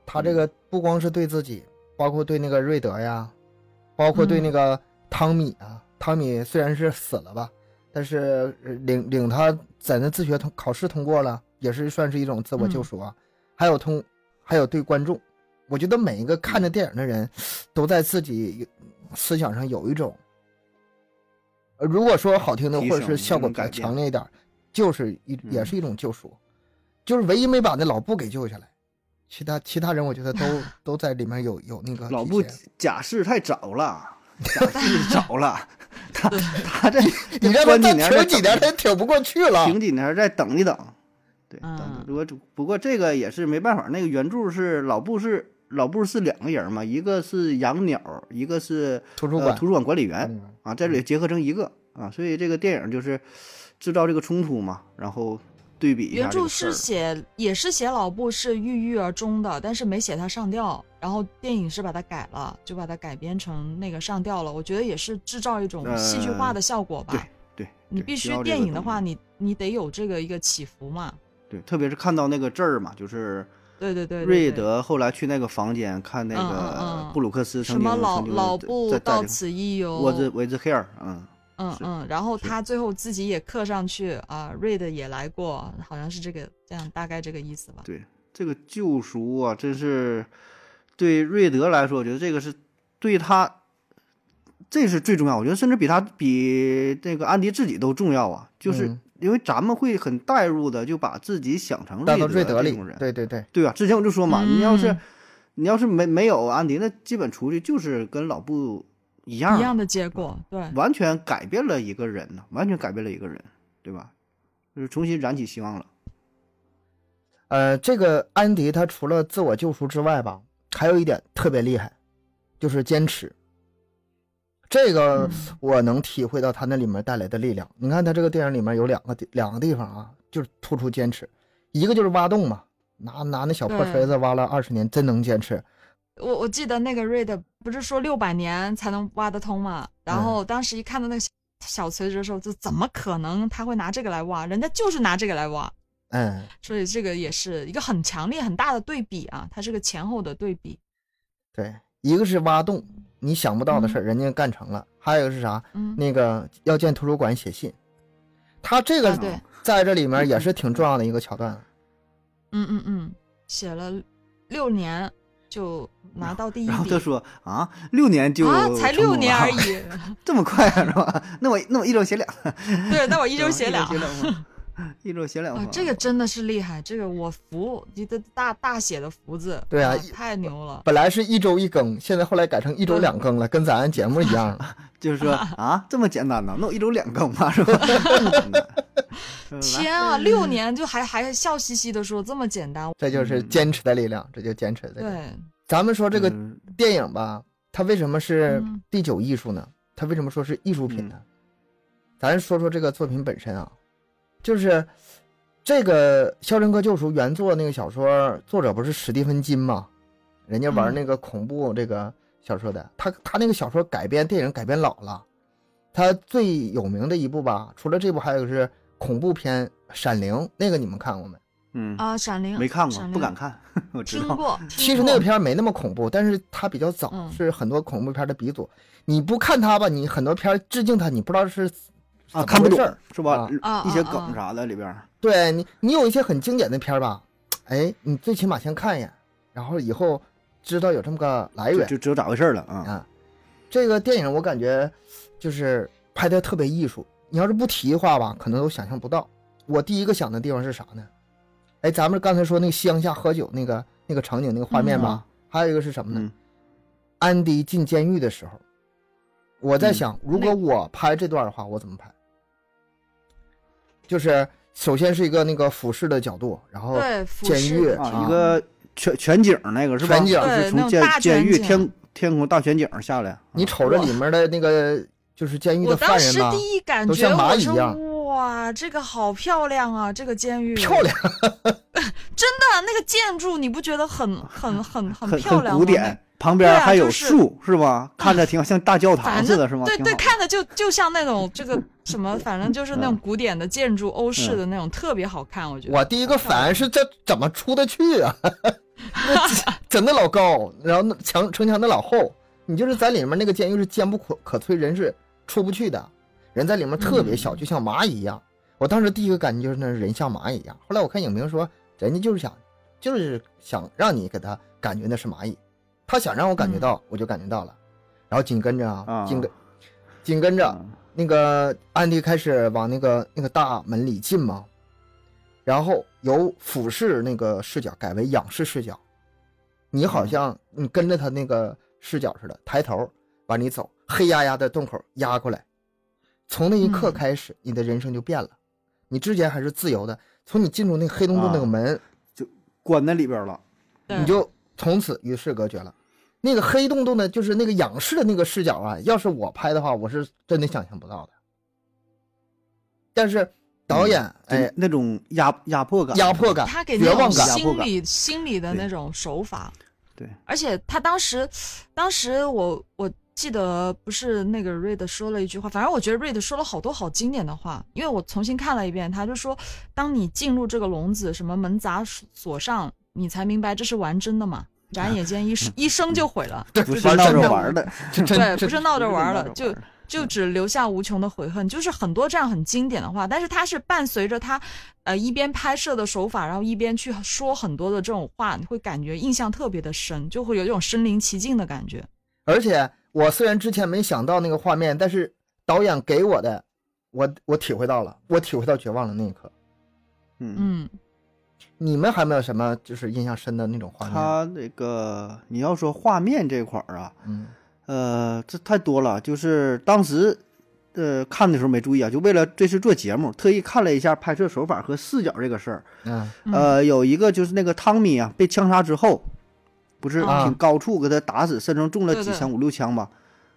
他
嗯
这个不光是对自己，包括对那个瑞德呀，包括对那
嗯
个汤米啊。汤米虽然是死了吧，但是呃领领他在那自学通考试通过了，也是算是一种自我
嗯
救赎啊。还有通，还有对观众，我觉得每一个看着电影的人，都在自己思想上有一种。呃如果说好听的，
提
或
升
者是效果
能
比
改
较
变
强烈一点，就是一
嗯
也是一种救赎，就是唯一没把那老布给救下来，其他其他人我觉得都都在里面有有那
啊
个
老
体
布
现
假释太 早了，假释早了，他他这
你让他
关
再
几年
挺几
等
年，他也 挺不过去了。
停几年再等一等，对，
啊嗯
等等。如果不过这个也是没办法，那个原著是老布是老布是两个人嘛，一个是养鸟，一个是
图书
呃
馆
图书馆管理员，
嗯
啊，在这里结合成一个啊，所以这个电影就是制造这个冲突嘛，然后对比一下
原
这
著
个事
是
儿。
写也是写老布是郁郁而终的，但是没写他上吊，然后电影是把它改了，就把它改编成那个上吊了。我觉得也是制造一种戏剧化的效果吧。
呃对对，
你
对
必须
需要这个
电影的
东
话，
西
你你得有这个一个起伏嘛。
对，特别是看到那个字儿嘛，就是
对对对对
瑞
对
德后来去那个房间看那
嗯嗯
个
嗯
布鲁克斯
什
曾经
么老
曾经
老
在
布
在
到
在
此一游，
我这我这 here，嗯，
嗯
是
嗯，然后
是
他最后自己也刻上去啊，Reid 也来过，好像是这个这样，大概这个意思吧。
对这个救赎啊，真是对瑞德来说，我觉得这个是对他，这是最重要。我觉得甚至比他比那个安迪自己都重要啊，就是
嗯
因为咱们会很代入的就把自己想成
带到瑞
瑞
德
德这
里
种人，，
对对对，
对吧？啊之前我就说嘛，你要是
嗯
你要是没没有安迪，那基本出去就是跟老布一样
一
啊
样的结果，对，
完全改变了一个人呢，完全改变了一个人，对吧？就是重新燃起希望了。
呃，这个安迪他除了自我救赎之外吧，还有一点特别厉害，就是坚持。这个
嗯
我能体会到他那里面带来的力量。你看他这个电影里面有两个地两个地方啊，就是突出坚持，一个就是挖洞嘛，拿拿那小破
对
锤子挖了二十年，真能坚持。
我我记得那个 Reid 不是说六百年才能挖得通嘛，然
嗯
后当时一看到那个小小锤子的时候，就怎么可能他会拿这个来挖？人家就是拿这个来挖，
嗯，
所以这个也是一个很强烈、很大的对比啊，它是个前后的对比。
对，一个是挖洞，你想不到的事儿，人家干成了；还有一个是啥？
嗯，
那个要见图书馆写信，他这个
啊对，
在这里面也是挺重要的一个桥段。
嗯嗯嗯，写了六年就拿到第一
然后他
笔
说啊，六年就
啊，才
成功
六年
了，
而已，
这么快啊，是吧？那我那我一周写俩，
对，那我 一周写
两
俩。
封，一周写两
啊
封，，
这个真的是厉害，这个我服，你的大大写的福字，
对啊
哇
一
太牛了。
本来是一周一更，现在后来改成一周
嗯
两更了，跟咱节目一样 了。
就是说啊，这么简单呢？那我一周两更吧，嗯是吧？这么简单，是吧
天啊，六年就还还笑嘻嘻的说这么简单，
这就是坚持的力量，这就坚持的力量。
嗯对，
咱们说这个
嗯
电影吧，它为什么是
嗯
第九艺术呢？它为什么说是艺术品呢？咱说说这个作品本身啊，就是这个《肖申克救赎》原作那个小说作者不是史蒂芬金吗？人家
嗯
玩那个恐怖这个小说的，他他那个小说改编电影改编老了，他最有名的一部吧，除了这部还有是恐怖片《闪灵》，那个你们看过没？
嗯，
啊，闪灵
没看过
闪，灵
不敢看， 我知
听
道。
过。
其实
听
那
过
个片儿没那么恐怖，但是它比较早，
嗯
是很多恐怖片的鼻祖。你不看它吧，你很多片儿致敬它，你不知道是怎
啊，
么
看不
回
懂
事儿。
是吧
啊？
一些
啊
梗
啊
啥的里边儿，
对你，你有一些很经典的片儿吧，哎，你最起码先看一眼，然后以后知道有这么个来
就
源
就知道咋回事儿了啊。
啊。这个电影我感觉就是拍的特别艺术，你要是不提的话吧，可能都想象不到。我第一个想的地方是啥呢？哎，咱们刚才说那个夕阳下喝酒那个那个场景那个画面
嗯
吧
啊，
还有一个是什么呢？
嗯
安迪进监狱的时候，我在
嗯
想，如
那
果我拍这段的话，我怎么拍？就是首先是一个那个俯视的角度，然后
对俯
监
视
狱
的
啊，
啊
一个全全景儿那个是吧？
全景
就
对
是
呃那
从
种
监
大
监
全
狱
景
天天空大全景儿下来，啊
你瞅着
我
里面的那个就是监狱
我
的犯
当
人
时
吧，
第一感
都
觉
像蚂
我
蚁
说
一样
哇，这个好漂亮啊，这个监狱
漂亮，
真的那个建筑你不觉得很 很很很
很
漂
很
亮吗？
古典，旁边
对啊
还有
就是啊
树、是吧？看着挺像大教堂
反
似
正
的，是吗？
对
挺
对，
啊好
看着就就像那种这个什么，反正就是那种古典的建筑，欧式的那种，特别好看，我觉得。
我第一个反应是这怎么出得去啊？那整的老高，然后那墙城墙的老厚，你就是在里面那个监狱是坚不可可摧，人是出不去的，人在里面特别小，就像蚂蚁一样。我当时第一个感觉就是那人像蚂蚁一样，后来我看影评说，人家就是想，就是想让你给他感觉那是蚂蚁，他想让我感觉到，我就感觉到了。然后紧跟着啊，
啊
紧跟，紧跟着，
嗯
那个安迪开始往那个那个大门里进嘛，然后由俯视那个视角改为仰视视角，你好像你跟着他那个视角似的，抬头往里走，黑压压的洞口压过来，从那一刻
嗯
开始，你的人生就变了，你之前还是自由的，从你进入那个黑洞洞那个
啊
门，
关在里边了。
对
你就从此与世隔绝了。那个黑洞洞的，就是那个仰视的那个视角啊，要是我拍的话，我是真的想象不到的。但是导演、
就
哎，
那种压压迫感，
压迫感、
他给
啊绝
那
望
种
感，
压迫
心
感
理心理的
对
那种手法。
对，
而且他当时，当时我我记得不是那个瑞德说了一句话，反正我觉得瑞德说了好多好经典的话，因为我重新看了一遍，他就说，当你进入这个笼子，什么门闸锁上，你才明白这是玩真的嘛。眨眼间一生一生就毁了，
不是闹着玩儿的，
这真
对，
这
不是闹着玩儿
不
了
是，闹着
就
玩儿的
就只留下无穷的悔恨，就是很多这样很经典的话，但是它是伴随着他，呃，一边拍摄的手法，然后一边去说很多的这种话，你会感觉印象特别的深，就会有一种身临其境的感觉。
而且我虽然之前没想到那个画面，但是导演给我的，我我体会到了，我体会到绝望的那一刻。
嗯，
嗯，
你们还没有什么就是印象深的那种画面？
他那个你要说画面这块儿啊，
嗯
呃，这太多了，就是当时。呃，看的时候没注意啊，就为了这次做节目，特意看了一下拍摄手法和视角这个事儿。
嗯
嗯
呃，有一个就是那个汤米啊，被枪杀之后，不是
啊
挺高处给他打死，身上中了
对
几
对
枪五六枪吧？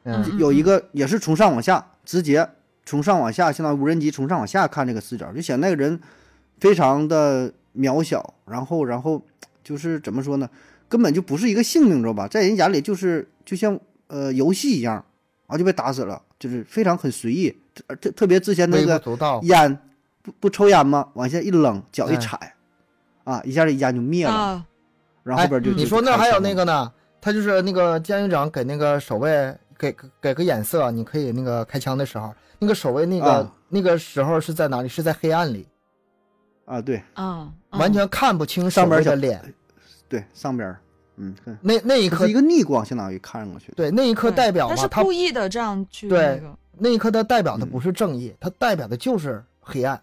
嗯
有一个也是从上往下，直接从上往下，相当于无人机从上往下看这个视角，就显得那个人非常的渺小，然后然后就是怎么说呢，根本就不是一个性命，知道吧？在人眼里就是就像呃游戏一样，啊就被打死了，就是非常很随意，呃特特别之前那
微
个
不足道。
烟不不抽烟吗？往下一扔，脚一
哎
踩，啊一下这烟就灭了，嗯
啊，
然后后边就、
哎
就
你说那还有那
个。
个呢？他就是那个监狱长给那个守卫给给个眼色，你可以那个开枪的时候，那个守卫那个、
啊
那个时候是在哪里？是在黑暗里，
啊，对
嗯，嗯
完全看不清守
上边
卫
小
的脸。
对，上边儿，嗯，看
那那一
这
刻
是一，个逆光，相当于看过去。
对那一刻
对
代表
他
嘛，
是
他
故意的这样去
对
那个
那一刻它代表的
嗯
不是正义，它代表的就是黑暗、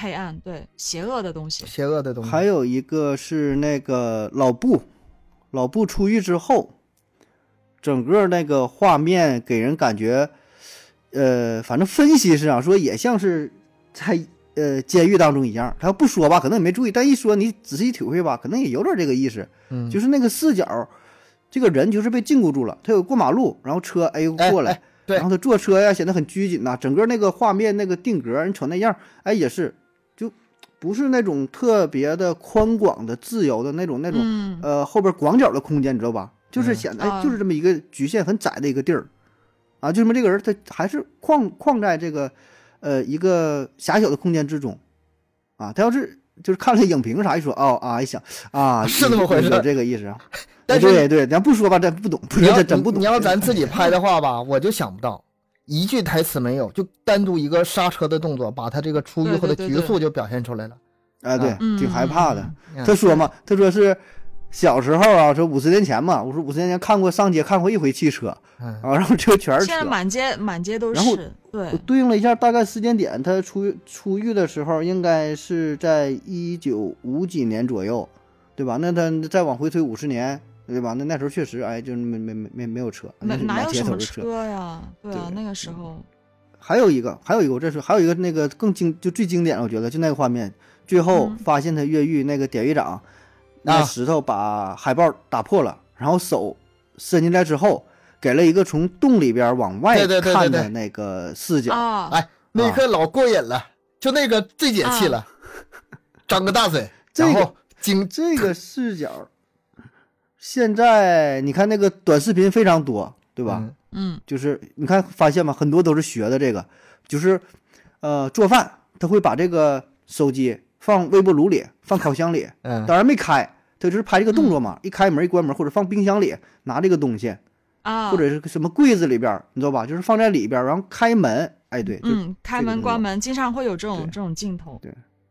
黑暗，对邪恶的东西。
邪恶的东西。
还有一个是那个老布，老布出狱之后，整个那个画面给人感觉，呃，反正分析是啊，说也像是在呃监狱当中一样。他要不说吧，可能也没注意；但一说，你仔细体会吧，可能也有点这个意思。
嗯，
就是那个视角，这个人就是被禁锢住了。他有过马路，然后车哎呦过来，
哎哎对
然后他坐车呀显得很拘谨呐、整个那个画面那个定格，你瞅那样，哎也是，就不是那种特别的宽广的、自由的那种那种、
嗯，
呃后边广角的空间，你知道吧？就是
嗯
显得、
啊
哎就是这么一个局限很窄的一个地儿，啊，就这么这个人他还是框框在这个呃一个狭小的空间之中，啊，他要是。就是看了影评啥一说哦啊一想啊
是那么回事
有这个意思啊，
但是
对对，咱不说吧，咱不懂，不
你
是
要
咱真不
你
懂。
你要咱自己拍的话吧，我就想不到一句台词没有，就单独一个刹车的动作，把他这个出狱后
对
的
对对
局
对
促就表现出来了。
啊，对，
嗯
挺害怕的。
嗯
他说嘛，他说是小时候啊，说五十年前嘛，我说五十年前看过上街看过一回汽车
嗯，
啊，然后这全是
现在
车。
满街满街都
然后
是，对
我，对应了一下大概时间点，他出狱出狱的时候应该是在一九五几年左右，对吧？那他再往回推五十年，对吧？那那时候确实，哎，就是没没没没没有车，
哪
那是
哪
满
有
街
什
都
么
是车。
车呀？对啊，
对嗯
那个时候，
还有一个，还有一个，我再说，还有一个那个更经就最经典，我觉得就那个画面，最后
嗯
发现他越狱那个典狱长，
啊
那石头把海报打破了，然后手伸进来之后，给了一个从洞里边往外
对对对
看
对对
的那个视角，
啊，
哎，那一刻老过瘾了，就那个最解气
啊
了，张个大 嘴，
这
然
个
后惊
这个视角，现在你看那个短视频非常多，对吧？
嗯
嗯
就是你看发现吗？很多都是学的这个，就是呃做饭他会把这个手机放微波炉里，放烤箱里，
嗯，
当然没开，他就是拍这个动作嘛，一开门一关门，或者放冰箱里拿这个东西，
啊，
或者是什么柜子里边儿，你知道吧？就是放在里边儿，然后开门，哎，对，就
嗯，开
这个
门
动
关
作
门，经常会有这种
对嗯
这种镜头。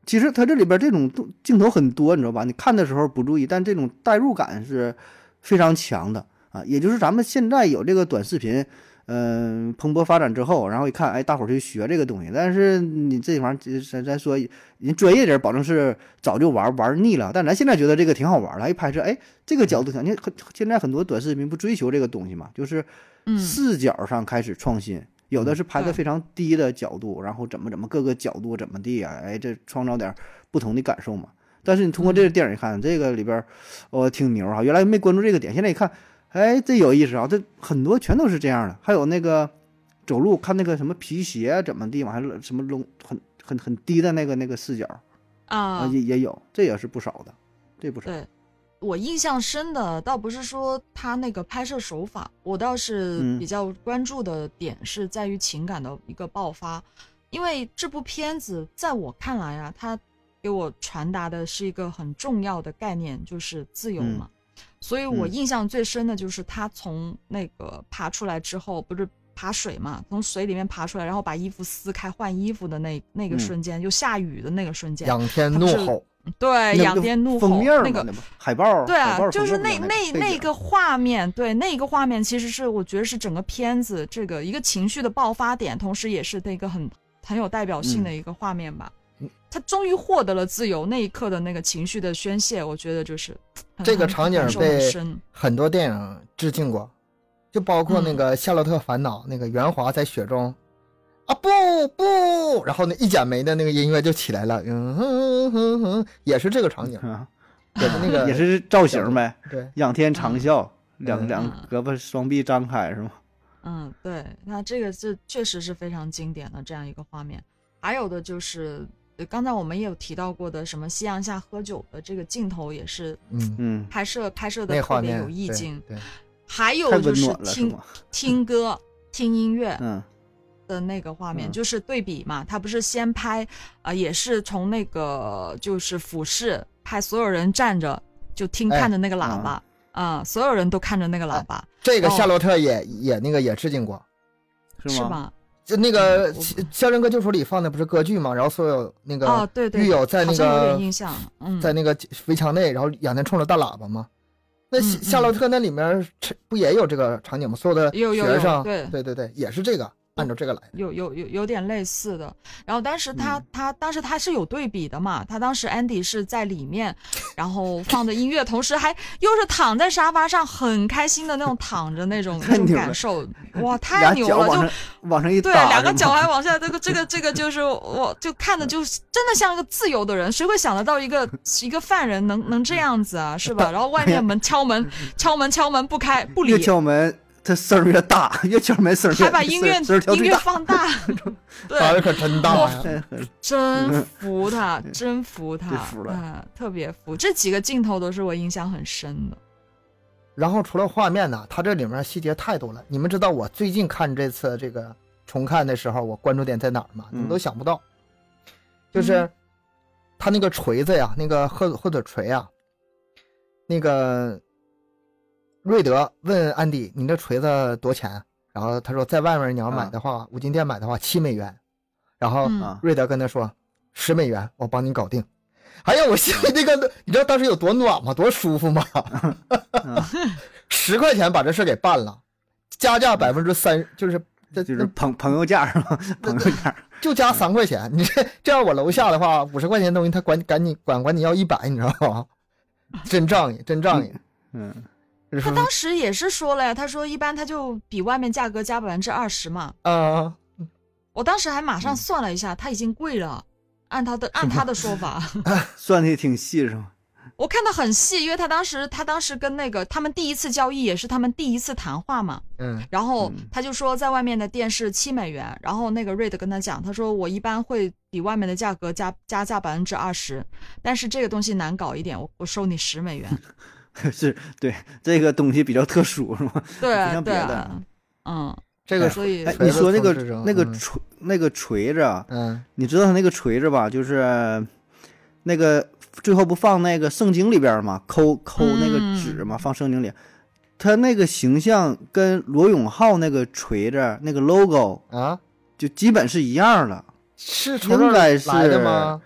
其实它这里边这种动镜头很多，你知道吧？你看的时候不注意，但这种代入感是非常强的啊。也就是咱们现在有这个短视频，嗯、蓬勃发展之后，然后一看，哎，大伙儿去学这个东西，但是你这玩意儿，咱咱说人专业点，保证是早就玩玩腻了。但咱现在觉得这个挺好玩了，一拍摄，哎，这个角度想，你很现在很多短视频不追求这个东西嘛，就是
嗯，
视角上开始创新，有的是拍
对
的非常低的角度，然后怎么怎么各个角度怎么地呀、哎，这创造点不同的感受嘛。但是你通过这
嗯
个电影一看，这个里边我、哦挺牛啊，原来没关注这个点，现在一看，哎，这有意思啊，这很多全都是这样的。还有那个走路看那个什么皮鞋啊怎么地，往下什么拢很很很低的那个那个视角
啊，
也也有，这也是不少的，这不少。
对，我印象深的倒不是说他那个拍摄手法，我倒是
嗯
比较关注的点是在于情感的一个爆发，因为这部片子在我看来啊，它给我传达的是一个很重要的概念，就是自由嘛。所以我
嗯
印象最深的就是他从那个爬出来之后，不是爬水嘛，从水里面爬出来，然后把衣服撕开换衣服的那那个
嗯
瞬间，就下雨的那个瞬间，
仰天怒吼，
对，
那
仰
不
天怒吼
封面儿
那
嘛
个
那不海报，
对
海
啊，
报
就是
封面
那
儿嘛
那
背
那
景
个画面，对那个画面，其实是我觉得是整个片子这个一个情绪的爆发点，同时也是那个很很有代表性的一个画面吧。他终于获得了自由那一刻的那个情绪的宣泄，我觉得就是很
这个
很
场景
感受
被
很深。
很多电影致敬过，就包括那
嗯
个《夏洛特烦恼》，那个袁华在雪中，啊不不，然后那一剪梅的那个音乐就起来了，嗯哼哼哼，也是这个场 景，
啊
嗯
也是那 个
也是造型呗，
对，
仰天长啸，两两
嗯
胳膊双臂张开是吗？
嗯，对，那这个这确实是非常经典的这样一个画面。还有的就是呃刚才我们也有提到过的，什么夕阳下喝酒的这个镜头，也是
嗯，
嗯，
拍摄拍摄
那
的
画
特别
面
有意
对
境。
对，
还有
太
就
温
是
暖了是
听
吗？
听
嗯
歌、听音乐
嗯
的那个画面，
嗯
就是对比嘛。他不是先拍啊、呃也是从那个就是俯视拍所有人站着就听
哎
看着那个喇叭啊、所有人都看着那个喇叭，
这个
哦
夏洛特也也那个也致敬过，
是
吗？
吗？
就那个
嗯我
《肖申克救赎》里放的不是歌剧嘛，然后所有那个
哦，对对，
狱友在那
好像有
个
点印象，嗯，
在那个围墙内，然后仰天冲着大喇叭嘛。那
嗯
夏夏洛特那里面不也有这个场景吗？所有的
有有有
学生，
对
对对对，也是这个，按照这个来。
有有有有点类似的。然后当时他、
嗯
他当时他是有对比的嘛，他当时 Andy 是在里面，然后放着音乐，同时还又是躺在沙发上，很开心的那种躺着那种 那
太
种
牛了
感受，哇，
俩
太牛
脚
了！就
往上往上一
对，啊
搭
两个
是
脚
吗
还往下，这个这个这个就是我就看 的就是真的像一个自由的人，谁会想得到一个一个犯人能能这样子啊，是吧？然后外面门敲 门敲门敲门不开不
越
理，
敲门，它声儿越大，越敲门声儿越
还把音乐
声儿调
音
最
乐
大，
放 大，对，
打的可真大呀！
真服他，真服他，
真嗯服了
嗯，特别服。这几个镜头都是我印象很深的。
然后除了画面呢，它这里面细节太多了。你们知道我最近看这次这个重看的时候，我关注点在哪儿吗？你们都想不到，就是他那个锤子呀，那个鹤鹤嘴锤呀，那个瑞德问安迪：“你这锤子多钱啊？”然后他说：“在外面你要买的话，五金店买的话七美元。”然后
嗯
啊，
瑞德跟他说：“十美元，我帮你搞定。”哎呀，我心里那
嗯
个，你知道当时有多暖吗？多舒服吗？
嗯
十块钱把这事给办了，加价百分之三，就是这
嗯
就
这
是朋朋友价是吗？朋友价，
就加三块钱。
嗯
你这这样我楼下的话，五十块钱东西他管赶你管管你要一百，你知道吗？真仗义，真仗义。
嗯，
就 是
他当时也是说了呀，他说一般他就比外面价格加百分之二十嘛。
嗯
啊，
我当时还马上算了一下，他已经贵了。按他的按他的说法，
算的也挺细是吗？
我看的很细，因为他当时他当时跟那个他们第一次交易也是他们第一次谈话嘛，
嗯，
然后
嗯
他就说在外面的店是七美元，然后那个瑞德跟他讲，他说我一般会比外面的价格加加价百分之二十，但是这个东西难搞一点，我我收你十美 元。
是对这个东西比较特殊是吗？不
对
像
对
别的，
嗯，
这个
所以
哎，
锤
你
子
说那
从
个
之中
那个
嗯
锤那个锤子啊，
嗯
你知道他那个锤子吧？就是那个最后不放那个圣经里边吗？抠抠那个纸嘛，放圣经里。他那个形象跟罗永浩那个锤子那个 logo
啊，
就基本是一样的。
是从这儿来的吗？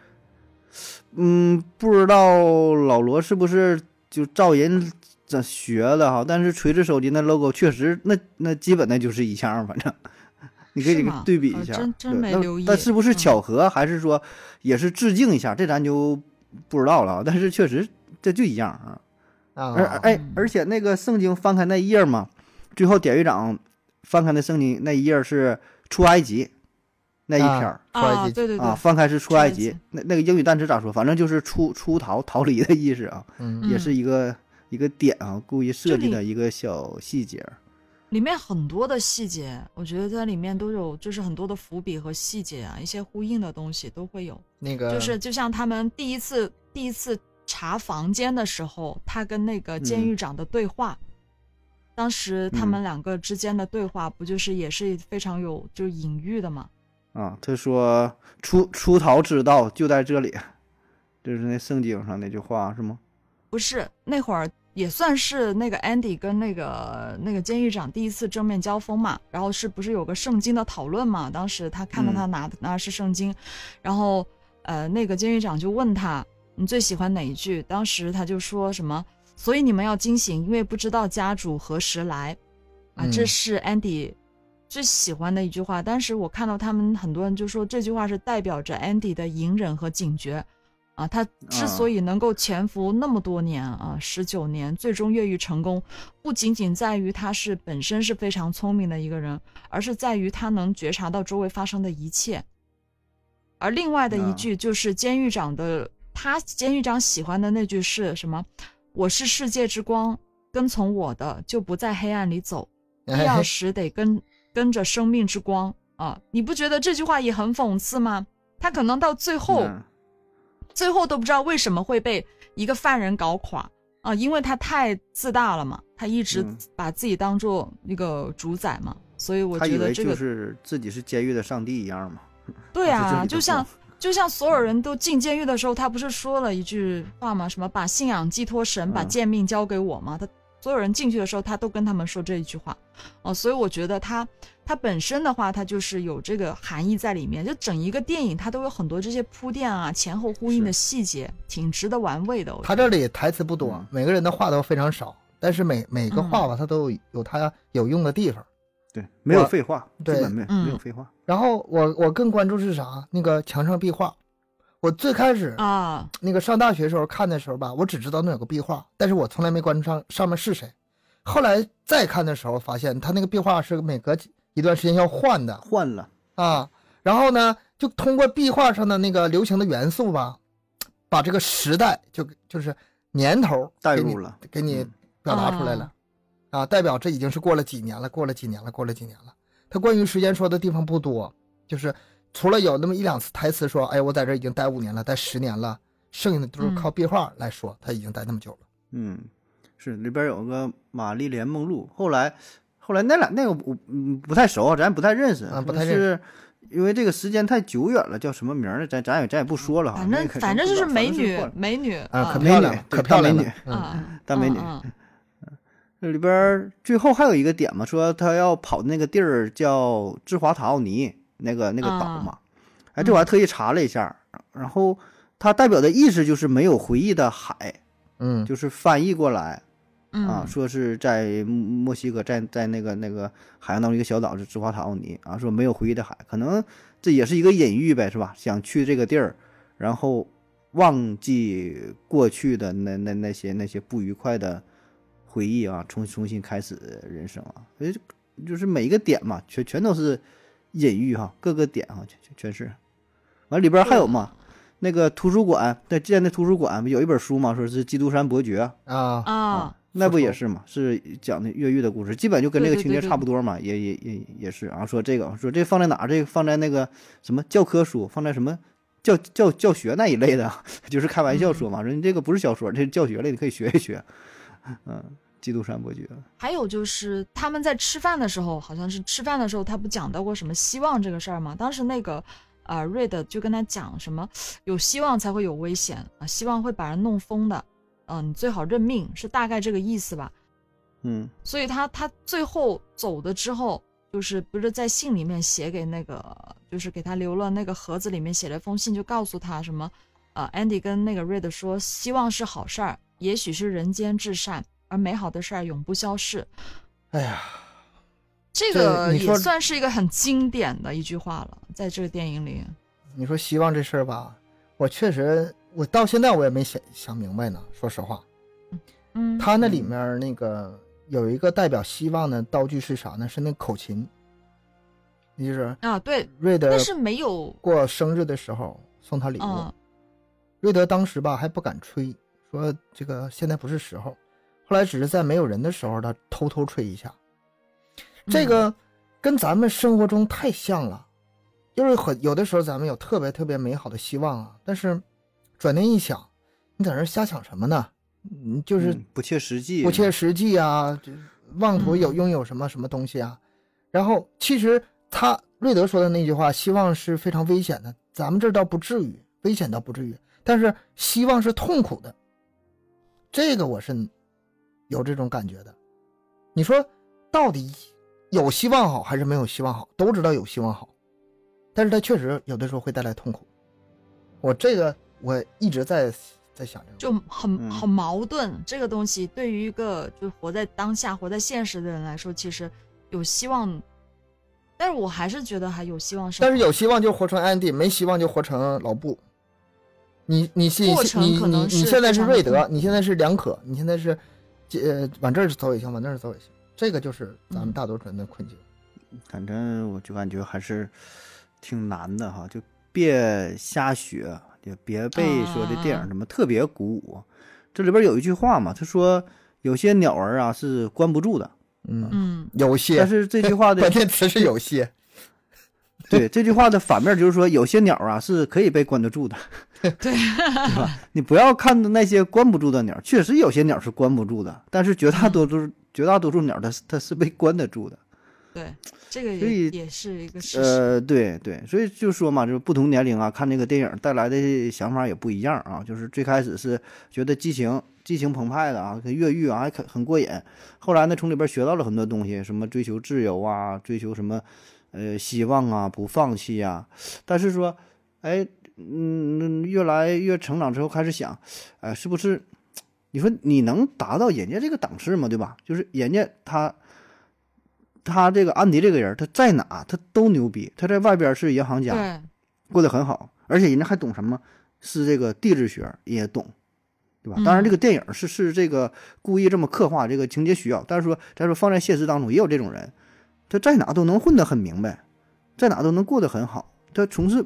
嗯，不知道老罗是不是就照人这学的哈？但是锤子手机那 logo 确实那那基本那就是一样，反正 你可
是
以
吗
对比
呃
一下。
真真
对
没
那
留意
但是不是
嗯
巧合，还是说也是致敬一下？这咱就不知道了啊。但是确实这就一样啊。
哦
而
啊，
哎，而且那个圣经翻开那一页嘛，最后典狱长翻开那圣经那一页是出埃及那一
啊
篇儿。
啊，
会计
对对对，
啊，翻开是出
出
埃
埃
及
及，
那那个英语单词咋说？反正就是出出逃逃离的意思啊，
嗯
也
嗯
是一个一个点啊，故意设
这
计
里
的一个小细节。
里面很多的细节，我觉得在里面都有，就是很多的伏笔和细节啊，一些呼应的东西都会有。
那个
就是 就像他们第一次第一次查房间的时候，他跟那个监狱长的对话，当时他们两个之间的对话，不就是也是非常有就是隐喻的嘛？
啊，他说出出逃之道就在这里，就是那圣经上那句话是吗？
不是那会儿也算是那个 Andy 跟那个那个监狱长第一次正面交锋嘛，然后是不是有个圣经的讨论嘛？当时他看到他拿的拿的是圣经，然后呃那个监狱长就问他你最喜欢哪一句？当时他就说什么，所以你们要惊醒，因为不知道家主何时来啊，这
嗯
是 Andy 最喜欢的一句话。当时我看到他们很多人就说这句话是代表着 Andy 的隐忍和警觉。啊，他之所以能够潜伏那么多年啊，十九年，最终越狱成功，不仅仅在于他是本身是非常聪明的一个人，而是在于他能觉察到周围发生的一切。而另外的一
啊
句就是监狱长的，他监狱长喜欢的那句是什么？我是世界之光，跟从我的就不在黑暗里 走，必要时得跟跟着生命之光啊！你不觉得这句话也很讽刺吗？他可能到最后。
嗯
最后都不知道为什么会被一个犯人搞垮啊、因为他太自大了嘛，他一直
嗯
把自己当做那个主宰嘛，所以我
他以
觉得
为
这个、
就是自己是监狱的上帝一样嘛。
对
他
啊，
是
就
这里的
像
光
就像所有人都进监狱的时候，他不是说了一句话吗？什么把信仰寄托神，把
嗯
贱命交给我吗？他所有人进去的时候，他都跟他们说这一句话，哦、所以我觉得他他本身的话，他就是有这个含义在里面。就整一个电影，它都有很多这些铺垫啊、前后呼应的
是
细节，挺值得玩味的。我觉得
他这里台词不多
嗯，
每个人的话都非常少，但是每每个话吧，他都有他有用的地方。
对，没有
我
废话，基
对
本没
嗯
没有废话。
然后我我更关注是啥？那个墙上壁画。我最开始
啊，
那个上大学时候看的时候吧，我只知道那有个壁画，但是我从来没关注上上面是谁。后来再看的时候，发现他那个壁画是每隔几一段时间要换的
换了，
啊。然后呢，就通过壁画上的那个流行的元素吧，把这个时代就就是年头
带
给你
入了，
给你
嗯
表达出来了，啊，代表这已经是过了几年了，过了几年了，过了几年了。他关于时间说的地方不多，就是除了有那么一两次台词说，哎，我在这已经待五年了，待十年了，剩下的都是靠壁画来说，他已经待那么久了。
嗯，是里边有个玛丽莲梦露，后来后来那俩那个我嗯不太熟啊，咱也不太认识，
啊不
说
太认
是因为这个时间太久远了，叫什么名儿呢？咱咱也咱也不说了哈，
反
那
正
个
反
真
正
不
就
知
啊是
道
美
反正
女
换了，
美女
啊，可
美
漂
女
亮了，
对
可漂
大美
亮了
女。
嗯，
啊，
大美女
嗯嗯
这里边儿最后还有一个点嘛，说他要跑的那个地儿叫芝华塔奥尼那个那个
嗯
岛嘛，哎，这我还特意查了一下，然后它代表的意思就是没有回忆的海，
嗯，
就是翻译过来。
嗯
啊，说是在墨墨西哥，在在那个那个海洋当中一个小岛是芝华塔奥尼啊，说没有回忆的海，可能这也是一个隐喻呗，是吧？想去这个地儿，然后忘记过去的那那那些那些不愉快的回忆啊，重重新开始人生啊，所以就就是每一个点嘛，全全都是隐喻哈、各个点哈、全全全是。完里边还有嘛，那个图书馆，在建的图书馆不有一本书嘛，说是《基督山伯爵》
啊，
啊，
那不
复
也
仇
是嘛？是讲的越狱的故事，基本就跟
对
这个
对
情
对
节
对
差不多嘛。也也也也是啊，说这个说这放在哪儿？这个放在那个什么教科书，放在什么教教教学那一类的 啊，就是开玩笑说嘛，说你这个不是小说，这是教学类，你可以学一学。嗯，基督山伯爵，
还有就是他们在吃饭的时候，好像是吃饭的时候，他不讲到过什么希望这个事儿吗？当时那个。啊，瑞德就跟他讲什么，有希望才会有危险啊，希望会把人弄疯的，嗯、你最好认命，是大概这个意思吧。
嗯，
所以他他最后走的之后，就是不是在信里面写给那个，就是给他留了那个盒子里面写了一封信，就告诉他什么，呃，Andy 跟那个 Red 说，希望是好事儿，也许是人间至善，而美好的事儿永不消逝。
哎呀，
这
这
个
你
也
说
算是一个很经典的一句话了，在这个电影里，
你说希望这事儿吧，我确实，我到现在我也没想想明白呢。说实话，
嗯，
他那里面那个有一个代表希望的道具是啥呢？是那口琴，也就是
啊对，
瑞德
但是没有，
过生日的时候送他礼物。
嗯
瑞德当时吧还不敢吹，说这个现在不是时候。后来只是在没有人的时候，他偷偷吹一下。这个跟咱们生活中太像了，就是很有的时候咱们有特别特别美好的希望啊，但是转念一想，你在那儿瞎想什么呢？你就是
嗯不切实际，
不切实际啊，这妄图有拥有什么什么东西啊。然后其实他瑞德说的那句话，希望是非常危险的，咱们这儿倒不至于，危险倒不至于，但是希望是痛苦的，这个我是有这种感觉的。你说到底有希望好还是没有希望好？都知道有希望好，但是它确实有的时候会带来痛苦。我这个我一直在在想这个问题，
就很
嗯
很矛盾。这个东西对于一个就活在当下、活在现实的人来说，其实有希望，但是我还是觉得还有希望是好
但是有希望就活成安迪，没希望就活成老布。你你信
过
你
程可能
你你
是
现在
非
是
常
瑞
痛
德，
苦
你现在是梁可，你现在是，呃，往这儿走也行，往那儿走也行，这个就是咱们
嗯
大多数人的困境。
反正我就感觉还是挺难的哈，就别瞎学，也别被说这电影什么特别鼓舞。这里边有一句话嘛，他说有些鸟儿啊是关不住的，
嗯，
嗯，
有些，
但是这句话的
关键词是有些，
对这句话的反面就是说有些鸟儿啊是可以被关得住的，
对，
对吧？你不要看那些关不住的鸟儿，确实有些鸟儿是关不住的，但是绝大多数、绝大多数鸟儿它是它是被关得住的。
对，这个
所
也
以
也是一个事实。
呃，对对，所以就说嘛，就是不同年龄啊，看这个电影带来的想法也不一样啊。就是最开始是觉得激情、激情澎湃的啊，跟越狱啊还很很过瘾。后来呢，从里边学到了很多东西，什么追求自由啊，追求什么呃希望啊，不放弃啊。但是说，哎，嗯，越来越成长之后，开始想，哎，是不是？你说你能达到人家这个档次吗？对吧？就是人家他他这个安迪这个人，他在哪他都牛逼，他在外边是银行家，
对，
过得很好，而且人家还懂什么是这个地质学也懂，对吧
嗯？
当然，这个电影是是这个故意这么刻画这个情节需要，但是说咱说放在现实当中也有这种人，他在哪都能混得很明白，在哪都能过得很好，他从事。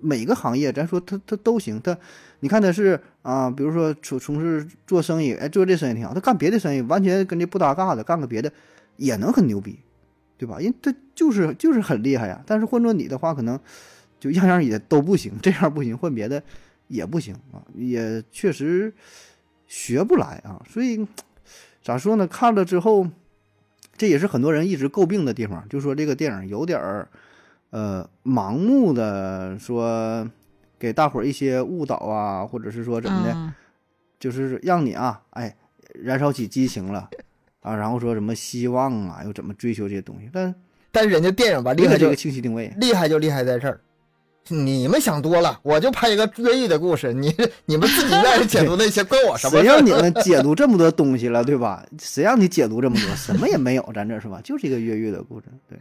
每个行业，咱说他他都行。他，你看他是啊、比如说从从事做生意，哎，做这生意挺好。他干别的生意，完全跟这不搭嘎的，干个别的也能很牛逼，对吧？因为他就是就是很厉害呀。但是换做你的话，可能就样样也都不行，这样不行，换别的也不行啊，也确实学不来啊。所以咋说呢？看了之后，这也是很多人一直诟病的地方，就说这个电影有点儿呃盲目的说给大伙儿一些误导啊，或者是说怎么的。
嗯
就是让你啊，哎，燃烧起激情了啊，然后说什么希望啊，又怎么追求这些东西，但
但是人家电影吧，厉
没有
害
这
就
个清晰定位。
厉害就厉害在这儿，你们想多了，我就拍一个越狱的故事，你你们自己愿意解读那些，关 我什 么
谁
事儿
让你们解读这么多东西了，对吧？谁让你解读这么多？什么也没有，咱这是吧？就是一个越狱的故事，对。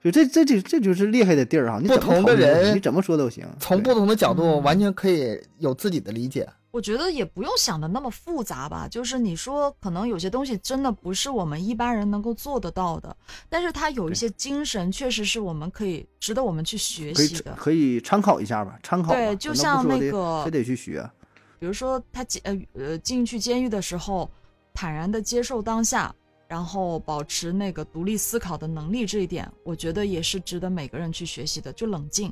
就这这这这就是厉害的地儿哈！你怎么
不同的
讨论都
人
你怎么说都行。
从不
对
同的角度，
嗯
完全可以有自己的理解。
我觉得也不用想的那么复杂吧，就是你说可能有些东西真的不是我们一般人能够做得到的，但是它有一
对
些精神确实是我们可以值得我们去学
可以
习的。
可以参考一下吧，参考吧。
对就
咱
像
都不说
那
得
个
非得去学，
比如说他进呃呃进去监狱的时候，坦然的接受当下，然后保持那个独立思考的能力，这一点我觉得也是值得每个人去学习的。就冷静，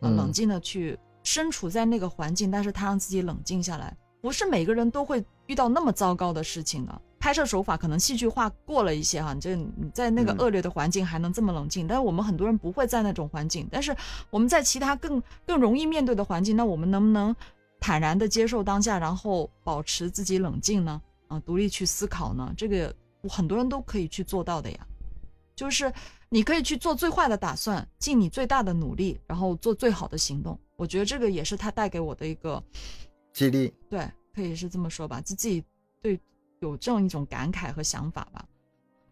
呃
嗯
冷静的去身处在那个环境，但是他让自己冷静下来，不是每个人都会遇到那么糟糕的事情的。拍摄手法可能戏剧化过了一些哈，你这你在那个
嗯
恶劣的环境还能这么冷静，但是我们很多人不会在那种环境，但是我们在其他更更容易面对的环境，那我们能不能坦然的接受当下，然后保持自己冷静呢？啊，独立去思考呢？这个很多人都可以去做到的呀。就是你可以去做最坏的打算，尽你最大的努力，然后做最好的行动。我觉得这个也是他带给我的一个，
激励，
对，可以是这么说吧，自自己对有这样一种感慨和想法吧。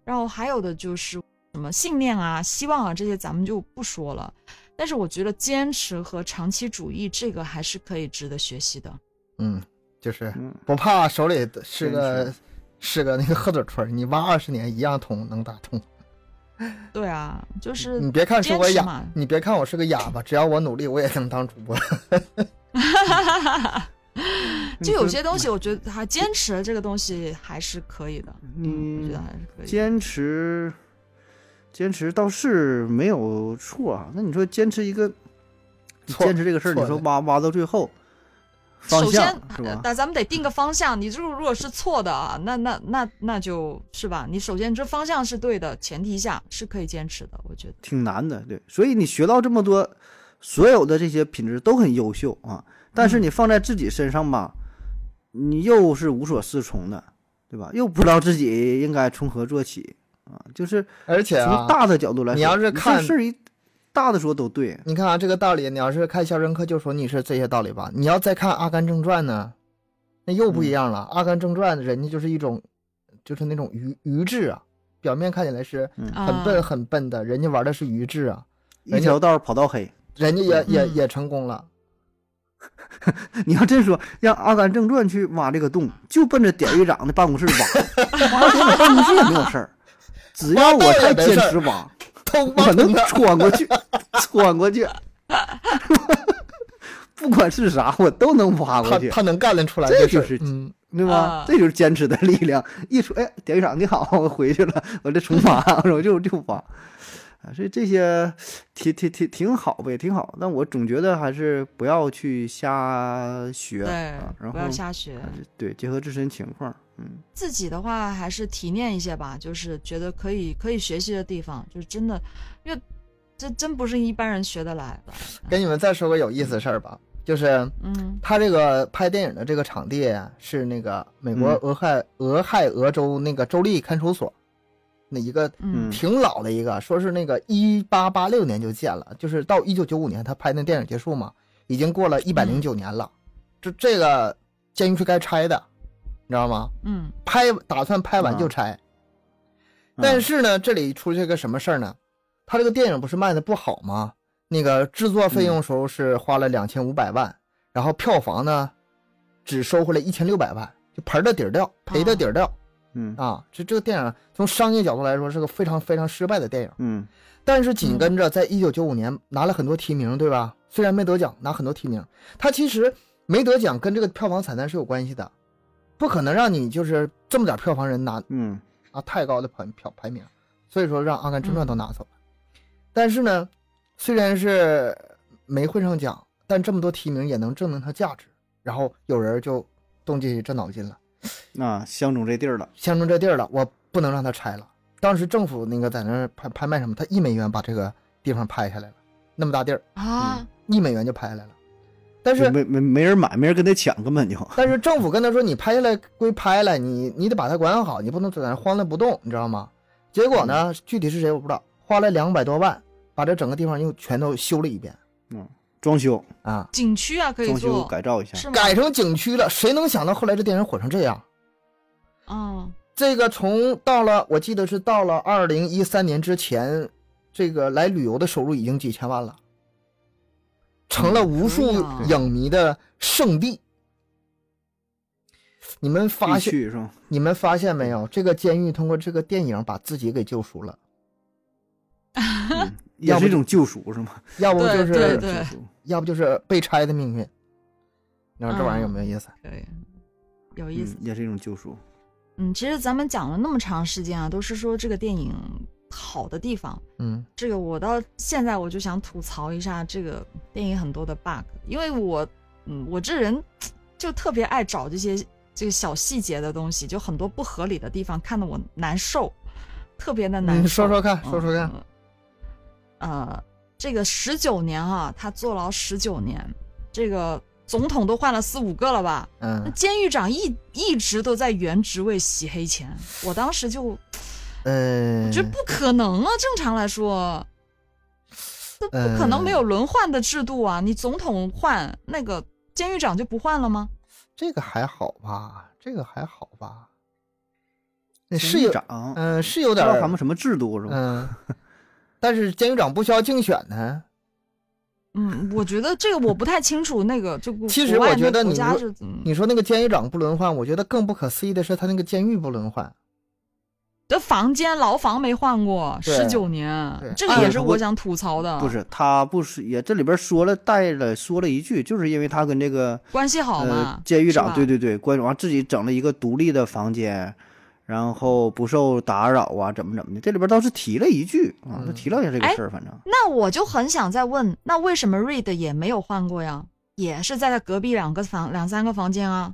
然后还有的就是什么信念啊、希望啊这些，咱们就不说了。但是我觉得坚持和长期主义这个还是可以值得学习的。
嗯，就是
嗯
不怕手里是
真
个是个那个鹤嘴锤，你挖二十年一样通，能打通。
对啊，就是
你别看是
坚
我
持
哑
嘛，，
你别看我是个哑巴，只要我努力，我也能当主播。
就有些 东西，我觉得他坚持这个东西还是可以的。嗯，我觉
嗯
得，还是可以的。
坚持，坚持倒是没有错啊。那你说坚持一个，
错
坚持这个事儿，
错
你说
的
挖挖到最后，方
首
向
先，
是
呃
吧？
那咱们得定个方向。你这个如果是错的啊，那那那那就是吧。你首先这方向是对的前提下是可以坚持的，我觉得。
挺难的，对。所以你学到这么多，所有的这些品质都很优
嗯
秀啊，但是你放在自己身上吧，你又是无所适从的。对吧？又不知道自己应该从何做起啊，就是
而且
从
啊，
大的角度来说，
你要是
这
看
事儿一大的说都对，
你看啊，这个道理，你要是看《肖申克救赎》，你是这些道理吧？你要再看《阿甘正传》呢，那又不一样
嗯
了。阿甘正传》人家就是一种，就是那种愚愚智啊，表面看起来是
啊
很笨很笨的，人家玩的是愚智啊，
一条道儿跑到黑。
人家也也
嗯
也成功了。
你要真说让《阿甘正传》去挖这个洞，就奔着典狱长的办公室挖，挖典狱长办公室也没有事儿，只要我太坚持挖，
通
我
吧
能
通的，
穿过去，穿过去， 不管是啥，我都能挖过
他
去，
他能干得出来
这
事儿，
就是
嗯，
对吧
啊？
这就是坚持的力量。 一说，哎，典狱长你好，我回去了， 我这重挖，我就就挖。啊，所以这些挺挺挺挺好呗，挺好。但我总觉得还是不要去瞎学，
对
啊、，然
不
后
要瞎学。
还是对，结合自身情况，嗯，
自己的话还是提炼一些吧，就是觉得可以可以学习的地方，就是真的，因为这真不是一般人学得来的。
给你们再说个有意思的事儿吧，就是
嗯
他这个拍电影的这个场地啊是那个美国
嗯
俄亥俄亥俄州那个州立看守所，那一个
嗯
挺老的一个，说是那个一八八六年就建了，就是到一九九五年他拍那电影结束嘛，已经过了一百零九年了，这这个监狱是该拆的，你知道吗？
嗯
拍打算拍完就
啊
拆，
嗯
但是呢，这里出现个什么事儿呢？他这个电影不是卖的不好吗？那个制作费用时候是花了两千五百万，然后票房呢，只收回来一千六百万，就盆儿的底儿掉，赔的底儿掉、
嗯
啊！这这个电影从商业角度来说是个非常非常失败的电影。
嗯
但是紧跟着，在一九九五年拿了很多提名，对吧？虽然没得奖，拿很多提名。他其实没得奖跟这个票房惨淡是有关系的，不可能让你就是这么点票房人拿
嗯
啊太高的排票排名，所以说让《阿甘正传》都拿走了。但是呢，虽然是没混上奖，但这么多提名也能证明它价值。然后有人就动起这脑筋了，
嗯，啊，相中这地儿了，
相中这地儿了，我不能让它拆了。当时政府那个在那儿拍拍卖什么，他一美元把这个地方拍下来了，那么大地儿，
嗯
啊，
一美元就拍下来了。但
就是没没没人买，没人跟他抢，根本就，
但是政府跟他说，你拍下来归拍了，你你得把它管好，你不能在那荒了不动，你知道吗？结果呢，具体是谁我不知道，花了两百多万把这整个地方又全都修了一遍
嗯，装修
啊，
景区啊可以
装修
做，
改造一下，
是吗？
改成景区了。谁能想到后来这电影火成这样？
嗯
这个从到了我记得是到了二零一三年之前，这个来旅游的收入已经几千万了，成了无数
可以啊
影迷的圣地。你们发
必
现
须是吧？
你们发现没有，这个监狱通过这个电影把自己给救赎了，
嗯
要
也
不
是一
就
种救赎是吗？
要不就
对
是
对
救赎
要不就是被拆的命运。你知道这玩意儿有没有
嗯
意思？
可以，有意思
嗯。，也是一种救赎，
嗯，其实咱们讲了那么长时间啊，都是说这个电影好的地方。
嗯
这个我到现在我就想吐槽一下这个电影很多的 bug，因为我，嗯，我这人就特别爱找这些这个小细节的东西，就很多不合理的地方看得我难受，特别的难
你
受。
说说看，
嗯
说说看。
呃，这个十九年哈、他坐牢十九年，这个总统都换了四五个了吧？那
嗯
监狱长一一直都在原职位洗黑钱，我当时就
呃，
嗯觉得不可能啊！正常来说，这不可能没
呃
有轮换的制度啊！你总统换，那个监狱长就不换了吗？
这个还好吧？这个还好吧？那
监
是
狱
有，
长，
嗯、是有
不知
点
道
儿
他们什么制度是吧？
嗯，但是监狱长不需要竞选呢。
嗯，我觉得这个我不太清楚。那个就国
其实
国
我
外
觉得
那
你
国家
说
是怎么
你说那个监狱长不轮换，我觉得更不可思议的是他那个监狱不轮换。
这房间牢房没换过
对
十九年
对，啊
这个也是
按
我想吐槽的。
不是，他不是也这里边说了带了说了一句，就是因为他跟这个
关系好
呃
嘛？
监狱
是
长，
吧
对对对，关完自己整了一个独立的房间，然后不受打扰啊，怎么怎么的，这里边倒是提了一句啊，他
嗯
提了一下这个
哎
事儿，反正
那我就很想再问，那为什么 Reed 也没有换过呀？也是在他隔壁两个房两三个房间啊，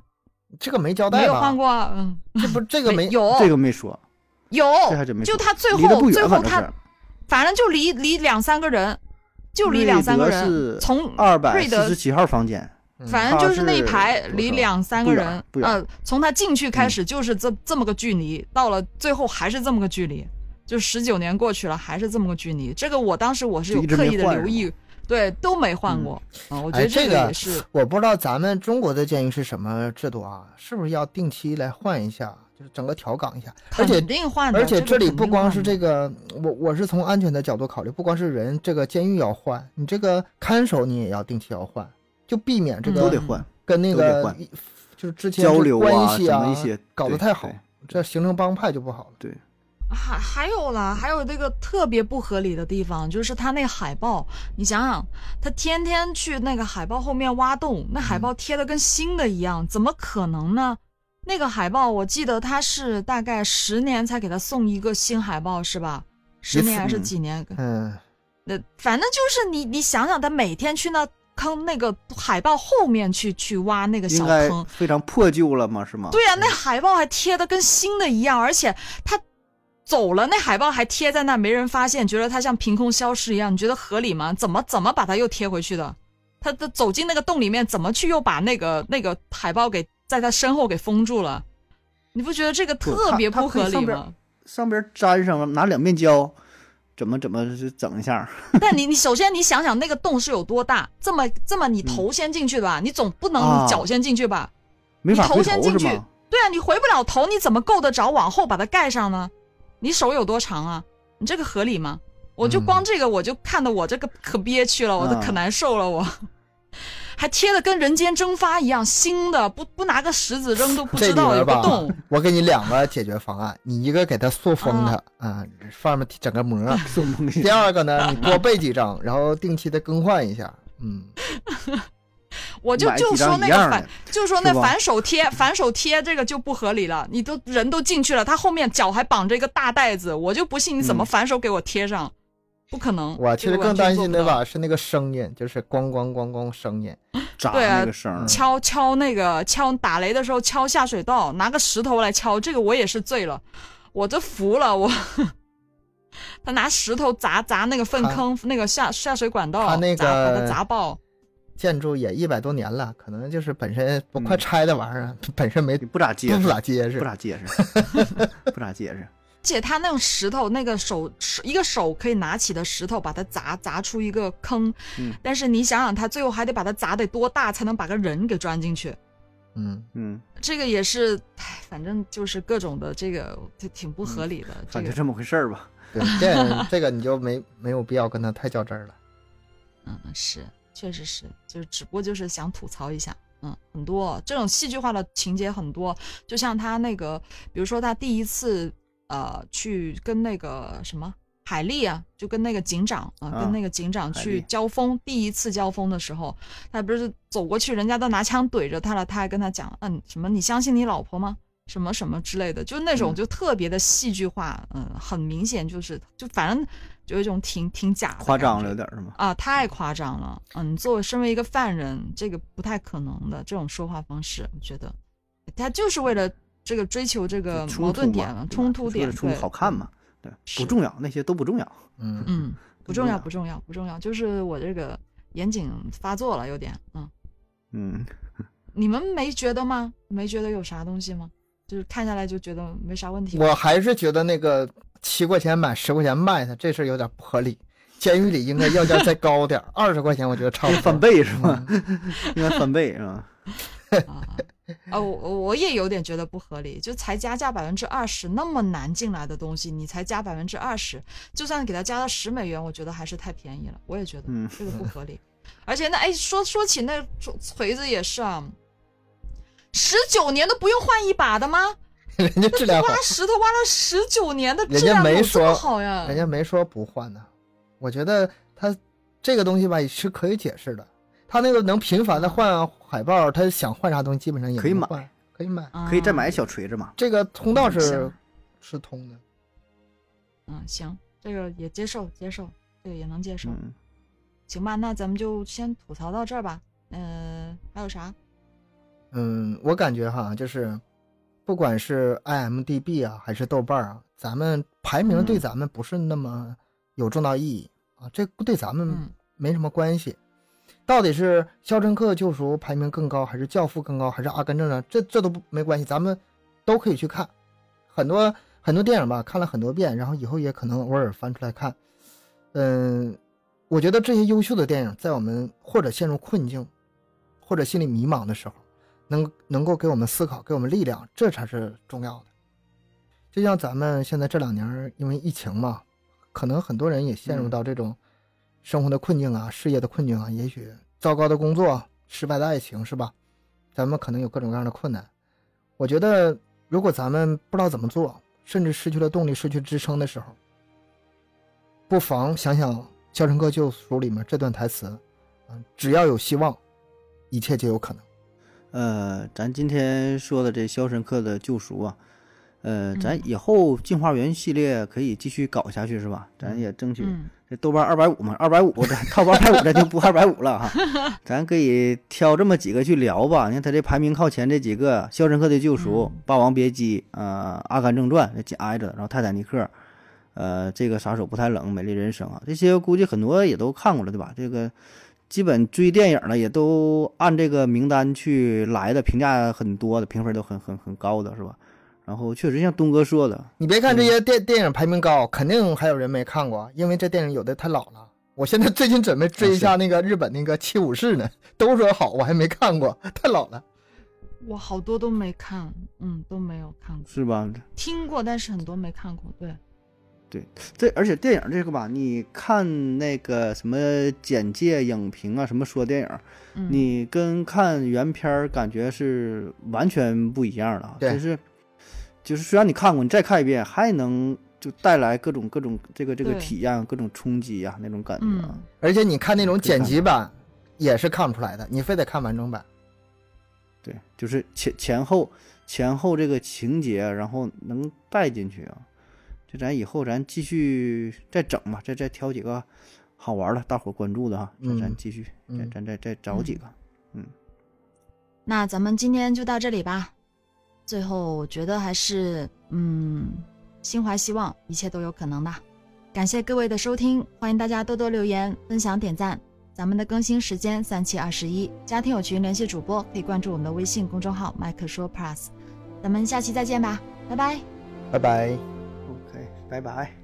这个没交代吧？
没有换过啊，嗯，
这不这个没
有
这个没说，
有
这还真没说，
就他哎哦最
离得
后
不
最
远，
后
反正
他
是
反正就离离两三个人，就离两三个
瑞德
人，
是
从
二百
瑞
四
德
十七号房间，
嗯
反正就
他
是那一
是
排
多
离
少
两三
不
个
远
人，
不远嗯
呃，从他进去开始就是这、这么个距离，到了最后还是这么个距离，就十九年过去了还是这么个距离。这个我当时我是
就
有
一直
刻
没
意的
换
留
是吗
意，对，都没换
嗯
过啊、我觉
哎，
得
这
这
个
也是、
我不知道咱们中国的监狱是什么制度啊？是不是要定期来换一下，就是整个调岗一下？而且
肯定换的，
而且
个
这里
肯
不
定
光
换
是
的
这个，我我是从安全的角度考虑，不光是人，这个监狱要换，你这个看守你也要定期要换，就避免这
嗯
都
个
得换
跟那
都得
个
换
一就是之前
交
这
流
关
啊，
系
什
啊
么一些
搞得
对
太好
对，
这形成帮派就不好了。
还还有啦，还有这个特别不合理的地方，就是他那海报，你想想，他天天去那个海报后面挖洞，那海报贴的跟新的一样，怎么可能呢？那个海报我记得他是大概十年才给他送一个新海报，是吧？十
一次
年还是
嗯
几年？
嗯，
那反正就是你你想想，他每天去那坑那个海报后面去去挖那个
应
小
该
坑，
非常破旧了嘛，是吗？
对呀、那海报还贴的跟新的一样，而且他走了，那海报还贴在那，没人发现，觉得他像凭空消失一样，你觉得合理吗？怎么怎么把它又贴回去的？他他走进那个洞里面，怎么去又把那个那个海报给在他身后给封住了？你不觉得这个
不
特
他
别
他
不
可以
合理
上边
吗？
上边粘上了，拿两面胶，怎么怎么是整一下？
但你你首先你想想那个洞是有多大，这么这么你头先进去的吧，你总不能
啊
你脚先进去吧？
没法
你头
回
先
头
进
是
去
吗？
对啊，你回不了头，你怎么够得着往后把它盖上呢？你手有多长啊？你这个合理吗？我就
嗯
光这个我就看得我这个可憋屈了，我都
啊
可难受了，我还贴的跟人间蒸发一样，新的不不拿个石子扔都不
这
知
里
道有
边
个
吧
洞。，
我给你两个解决方案，你一个给它塑封它啊，上面整个 啊膜儿；
送东西
第二个呢，你多备几张，然后定期的更换一下。嗯，
我就
买
就
几
说
张
那
一
个
样
反
的，
就说那
是吧
反手贴，反手贴这个就不合理了。你都人都进去了，他后面脚还绑着一个大袋子，我就不信你怎么
嗯
反手给我贴上，不可能。
我其
这
实
个完
更
全
担
做
心
不
的
到
吧是那个声音，就是咣咣咣咣声音。
炸
对啊
那个声儿，
敲敲那个敲打雷的时候敲下水道，拿个石头来敲，这个我也是醉了，我这服了我。 他拿石头砸砸那个粪坑，那个下下水管道，
他那
砸把它
个
砸爆。
建筑也一百多年了，可能就是本身不快拆的玩意儿，啊
嗯
本身没
你不咋结
不
实，
咋结实
不。咋结实， 不咋结实。
而且他那种石头，那个手手一个手可以拿起的石头，把它砸砸出一个坑。
嗯
但是你想想，他最后还得把它砸得多大，才能把个人给钻进去？
嗯，
嗯，
这个也是，唉，反正就是各种的这个就挺不合理的。这
反
个
正这么回事儿吧。
对，这这个 你就没没有必要跟他太较真儿了。
嗯，是，确实是，就是只不过就是想吐槽一下。嗯，很多这种戏剧化的情节很多，就像他那个，比如说他第一次呃去跟那个什么海丽啊，就跟那个警长啊、
啊
跟那个警长
海
去
莉
交锋，第一次交锋的时候，他不是走过去，人家都拿枪怼着他了，他还跟他讲，嗯，什么你相信你老婆吗？什么什么之类的，就那种
嗯
就特别的戏剧化，嗯，很明显就是就反正就有一种挺挺假的
夸
感
张
觉
了有点儿是吗？
啊，太夸张了。嗯，作为身为一个犯人，这个不太可能的这种说话方式，我觉得他就是为了这个追求这个
冲
矛
突
盾
嘛，
点了，
对吧
冲突
就是为
点，
了冲突
对
好看嘛，对，
是
不重要，那些都不重要。
嗯，
嗯，不
不
重
重
要，
要
不重要，不重要，就是我这个严谨发作了，有点，嗯，
嗯，
你们没觉得吗？没觉得有啥东西吗？就是看下来就觉得没啥问题吗。
我还是觉得那个七块钱买十块钱卖它这事儿有点不合理。监狱里应该要价再高点儿，二十块钱我觉得差不多。
翻倍是吗？ 应该翻倍是吧？
啊，啊，我我我也有点觉得不合理，就才加价百分之二十，那么难进来的东西，你才加百分之二十，就算给它加到十美元，我觉得还是太便宜了，我也觉得
嗯
这个不合理。而且那哎，说说起那锤子也是啊，十九年都不用换一把的吗？
人家质量好
挖，石头挖了十九年的
人
质
家
量
没
有这么
说
好呀？
人家没说不换呢。我觉得他这个东西吧也是可以解释的。他那个能频繁的换海报，他想换啥东西基本上也
可以
能
买
换，可以买。
可以再买
啊
小锤子嘛？
这个通道是
行
是通的。
嗯，行，这个也接受接受，这个也能接受。
嗯，
行吧，那咱们就先吐槽到这儿吧。嗯、还有啥？
嗯，我感觉哈，就是不管是 IMDB 啊，还是豆瓣儿啊，咱们排名对
嗯
咱们不是那么有重大意义啊，这对咱们
嗯
没什么关系。到底是《肖申克的救赎》排名更高，还是《教父》更高，还是《阿甘正传》？这这都不没关系，咱们都可以去看。很多很多电影吧，看了很多遍，然后以后也可能偶尔翻出来看。嗯，我觉得这些优秀的电影，在我们或者陷入困境，或者心里迷茫的时候，能能够给我们思考，给我们力量，这才是重要的。就像咱们现在这两年，因为疫情嘛，可能很多人也陷入到这种生活的困境啊、事业的困境啊，也许糟糕的工作、失败的爱情，是吧？咱们可能有各种各样的困难。我觉得，如果咱们不知道怎么做，甚至失去了动力、失去支撑的时候，不妨想想《肖申克救赎》里面这段台词：“嗯，只要有希望，一切皆有可能。
呃，咱今天说的这《肖申克的救赎》啊，呃，咱以后进化园系列可以继续搞下去，是吧？咱也争取、
嗯，
这豆瓣二百五嘛，二百五，咱 套二百五，咱就不二百五了哈。咱可以挑这么几个去聊吧。你看他这排名靠前这几个，《肖申克的救赎》霸王别姬》呃，《阿甘正传》这紧挨着，然后《泰坦尼克》，呃，这个《杀手不太冷》《美丽人生》啊，这些估计很多也都看过了，对吧？这个基本追电影的也都按这个名单去来的，评价很多的，评分都很很很高的是吧？然后确实像东哥说的，”
你别看
嗯
这些电电影排名高，肯定还有人没看过，因为这电影有的太老了。我现在最近准备追一
啊
下那个日本那个《七武士》呢，都说好，我还没看过，太老了。
我好多都没看，嗯，都没有看过，
是吧？
听过，但是很多没看过。对，
这而且电影这个吧，你看那个什么简介、影评啊，什么说电影，
嗯，
你跟看原片儿感觉是完全不一样的啊。
对
就是就是虽然你看过，你再看一遍，还能就带来各种各种这个这个
对
体验、啊各种冲击呀、那种感觉啊。
嗯
而且你看那种剪辑版，也是看不出来的，你非得看完整版。
对，就是前前后前后这个情节，啊然后能带进去啊。这咱以后咱继续再整吧，再再挑几个好玩的，大伙儿关注的哈，咱咱
嗯
继续，
嗯
咱咱再再找几个。
那咱们今天就到这里吧。最后，我觉得还是嗯，心怀希望，一切都有可能的。感谢各位的收听，欢迎大家多多留言、分享、点赞。咱们的更新时间三七二十一，家庭友群联系主播可以关注我们的微信公众号“麦克说 Plus”。咱们下期再见吧，拜拜。
拜拜。
OK，拜拜。